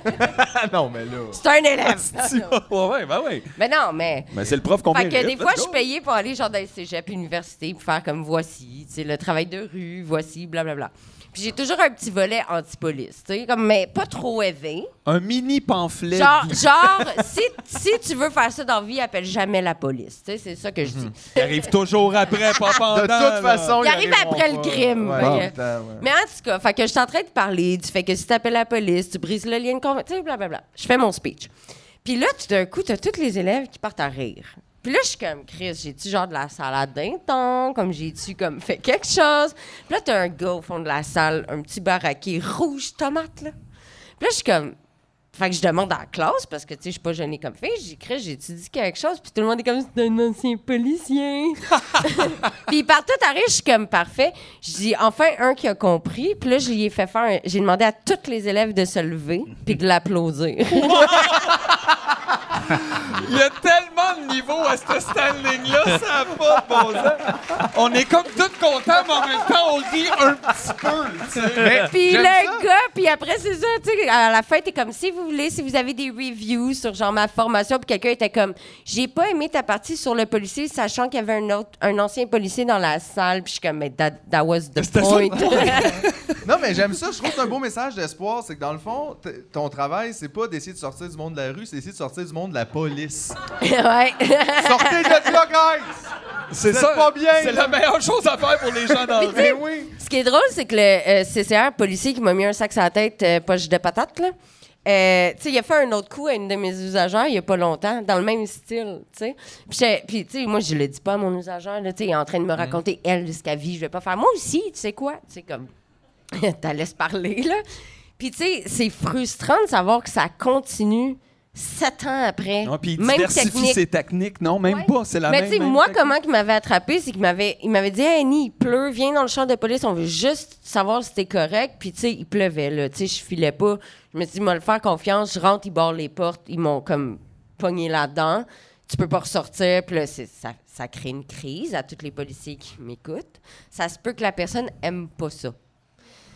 S2: Ah non, mais là.
S7: c'est un
S2: Ah,
S7: élève.
S3: ouais, ouais, ben ouais.
S7: mais non, mais...
S3: Mais c'est le prof qu'on
S7: Ah, Fait que
S3: mérite.
S7: des
S3: Let's
S7: fois, je
S3: go.
S7: suis payée pour aller genre dans les cégep, université, pour faire comme voici, tu sais, le travail de rue, voici, blablabla. Puis j'ai toujours un petit volet anti-police, tu sais, comme, mais pas trop élevé.
S3: Un mini pamphlet.
S7: Genre, genre si, si tu veux faire ça dans la vie, appelle jamais la police. Tu sais, c'est ça que je dis.
S3: qui arrive toujours après, pas pendant.
S2: De
S3: là.
S2: toute façon,
S7: Ils arrivent
S2: arriveront
S7: après le
S2: pas.
S7: crime,
S2: Ouais,
S7: fait
S2: en
S7: que-
S2: même temps, ouais.
S7: Mais en tout cas, fait que je suis en train de parler du fait que si tu appelles la police, tu brises le lien de confiance, tu sais, blablabla. Je fais mon speech. Puis là, tout d'un coup, tu as tous les élèves qui partent à rire. Puis là, je suis comme, Chris, j'ai-tu genre de la salade d'un ton? Comme j'ai-tu comme fait quelque chose? Puis là, t'as un gars au fond de la salle, un petit baraqué rouge tomate, là. Puis là, je suis comme, fait que je demande à la classe, parce que, tu sais, je suis pas gênée comme fille. J'écris, j'ai-tu dit quelque chose? Puis tout le monde est comme, c'est un ancien policier. Puis ils partent tout à rire, je suis comme parfait. Je dis enfin un qui a compris. Puis là, je lui ai fait faire. un- J'ai demandé à tous les élèves de se lever puis de l'applaudir.
S3: Il y a tellement de niveaux à ce standing-là, ça n'a pas de bon sens. On est comme tous contents, mais en même temps, on rit un petit peu. tu sais.
S7: puis
S2: J'aime
S7: le
S2: ça.
S7: gars, puis après, c'est ça, tu sais, à la fin, t'es comme si vous voulez, si vous avez des reviews sur genre ma formation, puis quelqu'un était comme j'ai pas aimé ta partie sur le policier, sachant qu'il y avait un autre, un ancien policier dans la salle, puis je suis comme mais that, that was the
S3: C'était ça le
S7: point.
S2: Non, mais j'aime ça. Je trouve que c'est un beau message d'espoir. C'est que dans le fond, t- ton travail, c'est pas d'essayer de sortir du monde de la rue, c'est d'essayer de sortir du monde de la police.
S7: ouais.
S2: Sortez de là, guys!
S3: C'est
S2: Vous
S3: ça.
S2: êtes pas bien,
S3: C'est
S2: là.
S3: la meilleure chose à faire pour les gens dans la rue.
S2: Mais oui!
S7: Ce qui est drôle, c'est que le euh, CCR policier qui m'a mis un sac sur la tête, euh, poche de patate, là, euh, tu sais, il a fait un autre coup à une de mes usagères il y a pas longtemps, dans le même style, tu sais. Puis, j'ai- puis, tu sais, moi, je le dis pas à mon usagère, là, tu sais, il est en train
S3: Mm-hmm.
S7: de me raconter, elle, ce qu'elle vit, je vais pas faire. Moi aussi, tu sais quoi? Tu sais, comme, t'as laissé parler, là. Puis, tu sais, c'est frustrant de savoir que ça continue sept ans après.
S3: Non, puis il
S7: même
S3: diversifie
S7: technique.
S3: ses techniques. Non, même
S7: Ouais.
S3: pas. C'est la
S7: Mais
S3: même.
S7: tu sais,
S3: même
S7: moi,
S3: technique.
S7: comment il m'avait attrapé, c'est qu'il m'avait, il m'avait dit, hey, Annie, il pleut, viens dans le champ de police, on veut juste savoir si t'es correct. Puis, tu sais, il pleuvait, là. Tu sais, je filais pas. Je me suis dit, moi, le faire confiance, je rentre, ils barrent les portes, ils m'ont comme pogné là-dedans. Tu peux pas ressortir. Puis là, c'est- ça, ça crée une crise à tous les policiers qui m'écoutent. Ça se peut que la personne aime pas ça.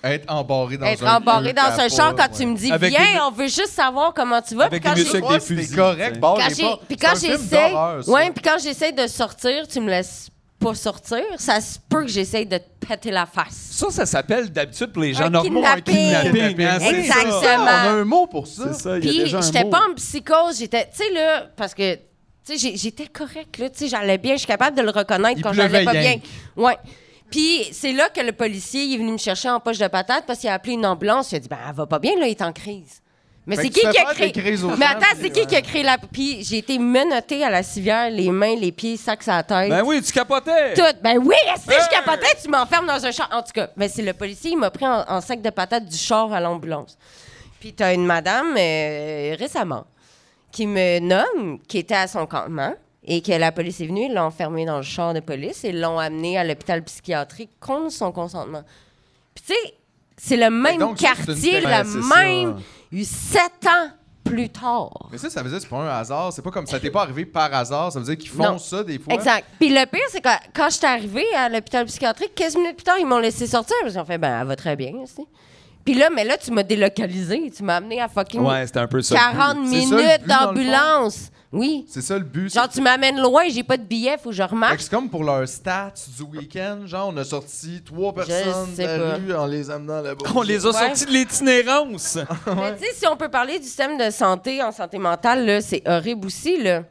S2: Être embarré dans
S7: Être
S2: un
S7: embarré
S2: lieu
S7: dans un
S2: t'as
S7: champ
S2: pas,
S7: quand tu
S2: ouais.
S7: me dis,
S3: Avec
S7: viens,
S3: des-
S7: on veut juste savoir comment tu vas.
S3: Avec
S7: Puis
S3: des
S7: quand
S3: musiques
S7: j'ai-
S3: avec
S2: Ouais,
S3: des
S2: c'est
S3: fusils, tu sais.
S2: correct, barre
S7: quand
S2: les
S7: j'ai-
S2: portes. Oh,
S7: puis
S2: C'est
S7: quand
S2: un film
S7: j'essaie
S2: d'horreur, ça.
S7: ouais puis quand j'essaie de sortir tu me laisses pas sortir ça se peut que j'essaie de te péter la face
S3: Ça, ça s'appelle d'habitude pour les gens
S7: Un
S3: normaux un
S7: kidnapping.
S3: kidnapping. hein, c'est ça.
S7: Exactement.
S2: Ah, On a un mot pour ça.
S3: C'est ça, il y a
S7: puis
S3: déjà un
S7: j'étais
S3: mot.
S7: pas en psychose j'étais tu sais là parce que tu sais j'ai- j'étais correct là tu sais j'allais bien je suis capable de le reconnaître
S2: Il
S7: quand j'allais
S2: pleuvait,
S7: pas bien
S2: Yank.
S7: ouais puis c'est là que le policier il est venu me chercher en poche de patate parce qu'il a appelé une ambulance il a dit ben elle va pas bien là elle est en crise mais
S2: Fait
S7: c'est
S2: que
S7: qui
S2: tu fais
S7: qui a
S2: faire
S7: créé
S2: des crises aux
S7: Mais
S2: gens,
S7: attends,
S2: puis
S7: c'est qui
S2: ouais.
S7: qui a créé la puis j'ai été menottée à la civière les mains, les pieds, sac à la tête.
S3: Ben oui, tu capotais.
S7: Tout. Ben oui, est-ce que je capotais? Tu m'enfermes dans un char. En tout cas, ben c'est le policier, il m'a pris en, en sac de patates du char à l'ambulance. Puis t'as une madame euh, récemment qui me nomme, qui était à son campement et que la police est venue, ils l'ont enfermée dans le char de police et l'ont amenée à l'hôpital psychiatrique contre son consentement. Puis tu sais, c'est le
S2: Ben
S7: même
S2: donc, ça, c'est une
S7: quartier,
S2: thérapie,
S7: le
S3: c'est
S7: même, eu sept ans plus tard.
S2: Mais ça, ça veut dire que c'est pas un hasard. C'est pas comme ça t'est pas arrivé par hasard. Ça veut dire qu'ils font
S7: Non.
S2: ça des fois.
S7: Exact. Puis le pire, c'est que quand j'étais arrivée à l'hôpital psychiatrique, 15 minutes plus tard, ils m'ont laissé sortir. Ils ont fait, ben, elle va très bien, tu sais. Puis là, mais là, tu m'as délocalisé. Tu m'as amené à fucking
S3: Ouais, c'était un peu ça. le but.
S7: 40
S2: C'est ça, le
S7: minutes
S2: but, dans le fond.
S7: d'ambulance. Oui.
S2: C'est ça le but.
S7: Genre, tu m'amènes loin, j'ai pas de billet, faut que je
S2: Fait
S7: remarque.
S2: que c'est comme pour leur stats du week-end. Genre, on a sorti trois personnes de
S7: sais
S2: la
S7: pas.
S2: rue en les amenant là-bas.
S3: On les a
S7: Ouais.
S3: sortis de l'itinérance.
S7: Mais tu sais, si on peut parler du système de santé en santé mentale, là, c'est horrible aussi. là.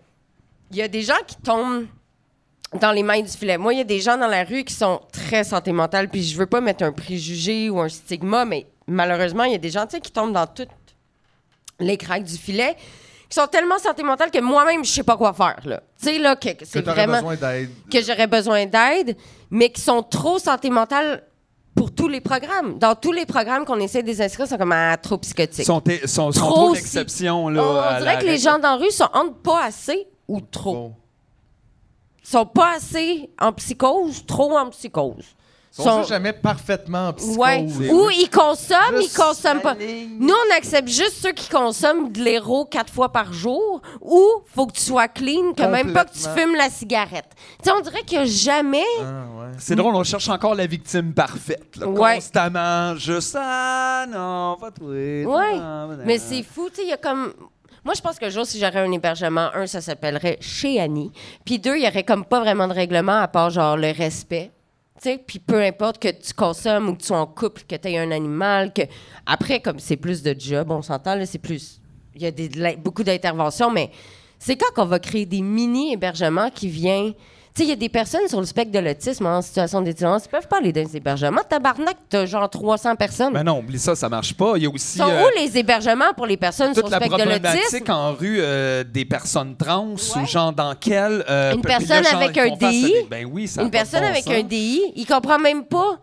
S7: Il y a des gens qui tombent dans les mailles du filet. Moi, il y a des gens dans la rue qui sont très santé mentale, puis je veux pas mettre un préjugé ou un stigma, mais malheureusement, il y a des gens tu sais, qui tombent dans toutes les craques du filet, qui sont tellement santé mentale que moi-même, je sais pas quoi faire. là. Tu sais, là, que, que
S2: Que
S7: c'est
S2: t'aurais
S7: vraiment
S2: besoin d'aide.
S7: que j'aurais besoin d'aide, mais qui sont trop santé mentale pour tous les programmes. Dans tous les programmes qu'on essaie de les inscrire, ils sont comme ah, trop psychotiques.
S3: Sont, sont, sont
S7: Trop
S3: trop
S7: aussi. Oh,
S3: l'exception. là,
S7: On- On,
S3: à
S7: dirait
S3: la
S7: que les
S3: règle.
S7: gens dans la rue sont entre pas assez ou trop.
S2: Bon.
S7: Ils sont pas assez en psychose, trop en psychose.
S2: Ils sont,
S7: Sont-
S2: juste jamais parfaitement en psychose.
S7: Ouais. Ou ils consomment, ils
S2: Juste
S7: consomment pas.
S8: ligne.
S7: Nous, on accepte juste ceux qui consomment de l'héros quatre fois par jour ou faut que tu sois clean, que même pas que tu
S2: Complètement.
S7: fumes la cigarette. Tu sais, on dirait que jamais.
S2: Ah, ouais.
S3: C'est drôle, on cherche encore la victime parfaite. là,
S7: Ouais.
S3: Constamment, juste ah non, pas toi.
S7: Ouais.
S3: non, non.
S7: Mais c'est fou, tu sais, il y a comme. Moi, je pense que jour, si j'aurais un hébergement, un, ça s'appellerait chez Annie. Puis deux, il y aurait comme pas vraiment de règlement à part genre le respect. Tu sais, puis peu importe que tu consommes ou que tu sois en couple, que tu aies un animal, que après comme c'est plus de job, on s'entend là, c'est plus il y a des- de la- beaucoup d'interventions mais c'est quand qu'on va créer des mini hébergements qui viennent tu sais, il y a des personnes sur le spectre de l'autisme hein, en situation d'itinérance qui peuvent pas aller dans des hébergements. Tabarnak, t'as genre 300 personnes.
S3: Ben non, oublie ça, ça marche pas. Il y a aussi
S7: Sont
S3: euh,
S7: où les hébergements pour les personnes sur
S3: toute la
S7: le spectre de l'autisme?
S3: problématique en rue euh, des personnes trans ou genre dans quel euh,
S7: Une
S3: puis là,
S7: personne
S3: genre,
S7: avec
S3: ils
S7: un
S3: font face à
S7: DI,
S3: des- Ben oui, ça a
S7: Une
S3: pas de
S7: personne
S3: bon
S7: avec
S3: sens.
S7: un DI, il comprend même pas.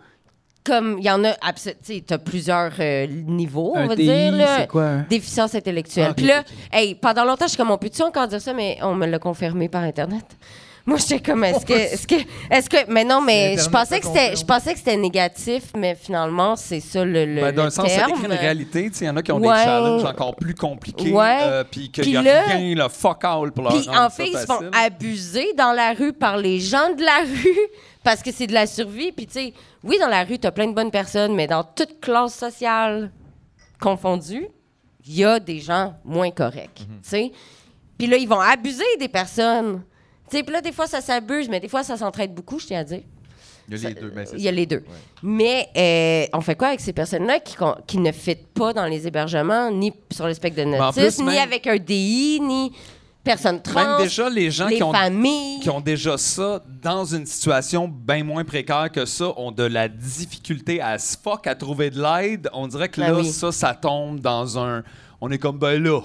S7: Comme il y en a, abso- tu sais, t'as plusieurs euh, niveaux, on
S6: Un
S7: va
S6: DI,
S7: dire. là.
S6: c'est quoi? hein? un-
S7: Déficience intellectuelle.
S6: Ah, ok,
S7: Puis là, hey, pendant longtemps, je suis comme, on peut-tu encore dire ça, mais on me l'a confirmé par Internet. Moi, j'étais comme, est-ce que, est-ce que, est-ce que, mais non, mais je
S2: Internet
S7: pensais
S2: le
S7: que c'était,
S2: confirme.
S7: je pensais que c'était négatif, mais finalement, c'est ça le, le,
S3: Ben,
S7: le
S3: D'un sens, ça décrit une
S7: terme.
S3: réalité. Tu sais, Il y en a qui ont
S7: Ouais.
S3: des challenges encore plus compliqués.
S7: Ouais.
S3: euh, Puis qu'il
S7: Puis
S3: n'y a
S7: là-
S3: rien, là, fuck all pour leur
S7: Puis
S3: rendre ça
S7: en fait, ils se
S3: facile.
S7: font abuser dans la rue par les gens de la rue parce que c'est de la survie. Puis tu sais, oui, dans la rue, t'as plein de bonnes personnes, mais dans toute classe sociale confondue, il y a des gens moins corrects.
S3: Mhm.
S7: Tu sais, puis là, ils vont abuser des personnes. Tu sais, puis là, des fois, ça s'abuse, mais des fois, ça s'entraide beaucoup, je tiens à dire.
S2: Il y a les deux,
S3: Ben,
S2: mais c'est
S7: Il y a les deux. Mais euh, on fait quoi avec ces personnes-là qui, con- qui ne fitent pas dans les hébergements, ni sur le spectre de
S3: en
S7: notice,
S3: plus,
S7: ni
S3: même-
S7: avec un DI, ni personne
S3: Même
S7: trans,
S3: déjà, les gens
S7: les
S3: qui ont,
S7: familles.
S3: qui ont déjà ça dans une situation bien moins précaire que ça ont de la difficulté à se fuck, à trouver de l'aide. On dirait que
S7: Ben
S3: là,
S7: oui.
S3: ça, ça tombe dans un. On est comme, ben là.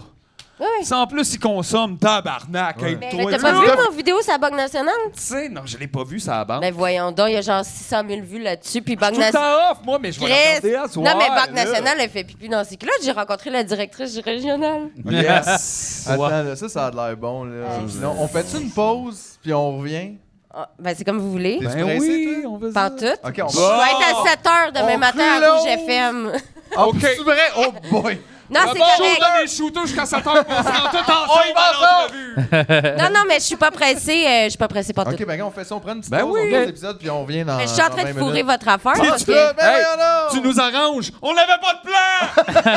S7: Ouais. Ben,
S3: Ça, en plus, ils consomment tabarnak. Hey,
S7: Mais
S3: toi,
S7: t'as
S3: tu
S7: pas vu
S3: le
S7: mon vidéo sur la Banque nationale?
S3: sais, non, je l'ai pas vu, ça abandonne.
S7: Ben voyons donc, il y a genre 600 000 vues là-dessus, puis Banque
S3: Tout le
S7: nationale...
S3: temps off, moi, mais je vais la regarder à
S7: non, mais Banque nationale, elle fait pipi dans ses culottes. J'ai rencontré la directrice régionale.
S3: Yes!
S2: Attends, là, ça, ça a l'air bon. Là. Non, on fait une pause, puis on revient?
S7: Ah, ben, c'est comme vous voulez.
S2: T'es-tu
S3: Ben
S2: pressé,
S3: oui, on Oh! veut ça.
S7: Pas tout.
S2: Ok, on
S7: Je vais être à 7 h demain
S2: On
S7: matin à Rouge
S2: close.
S7: FM.
S2: Ah, c'est vrai? Oh boy!
S7: Non, Ah,
S3: Ah,
S7: c'est correct.
S3: les shooters jusqu'à 7 heures, on sera tout
S2: On y
S3: ensemble
S2: va, ça!
S3: dans l'entrevue.
S7: Non, non, mais je suis pas pressée. euh, je suis pas pressée par
S2: Ok,
S7: tout.
S2: ben on fait ça, on prend une petite
S3: Ben
S2: pause,
S3: oui.
S2: on fait l'épisode, puis on revient dans
S3: ben,
S7: Mais je suis en
S2: dans
S7: train de
S2: 20
S7: fourrer
S2: minutes.
S7: votre affaire.
S3: Puis
S7: parce
S3: tu
S7: que-
S2: Là, ben
S3: Hey,
S2: alors!
S3: Tu nous arranges! On n'avait pas de plan!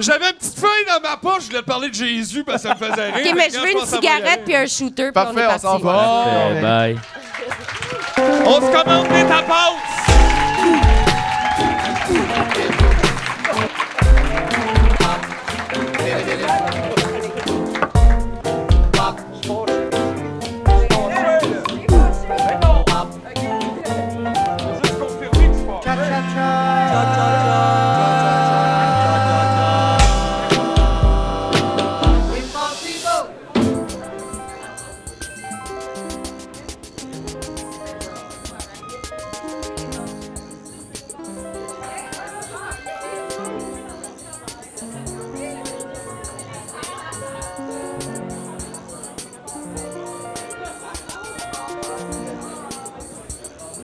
S3: J'avais une petite feuille dans ma poche, je voulais te parler de Jésus parce que ça me faisait rire.
S7: Ok, mais je
S3: quand
S7: veux une
S3: pense à moi y
S7: cigarette
S3: aller.
S7: puis un shooter, puis on
S1: Euh,
S2: Parfait,
S7: est
S2: on
S7: parti.
S2: s'en va!
S1: Parfait, bye.
S3: On se commande des tapas!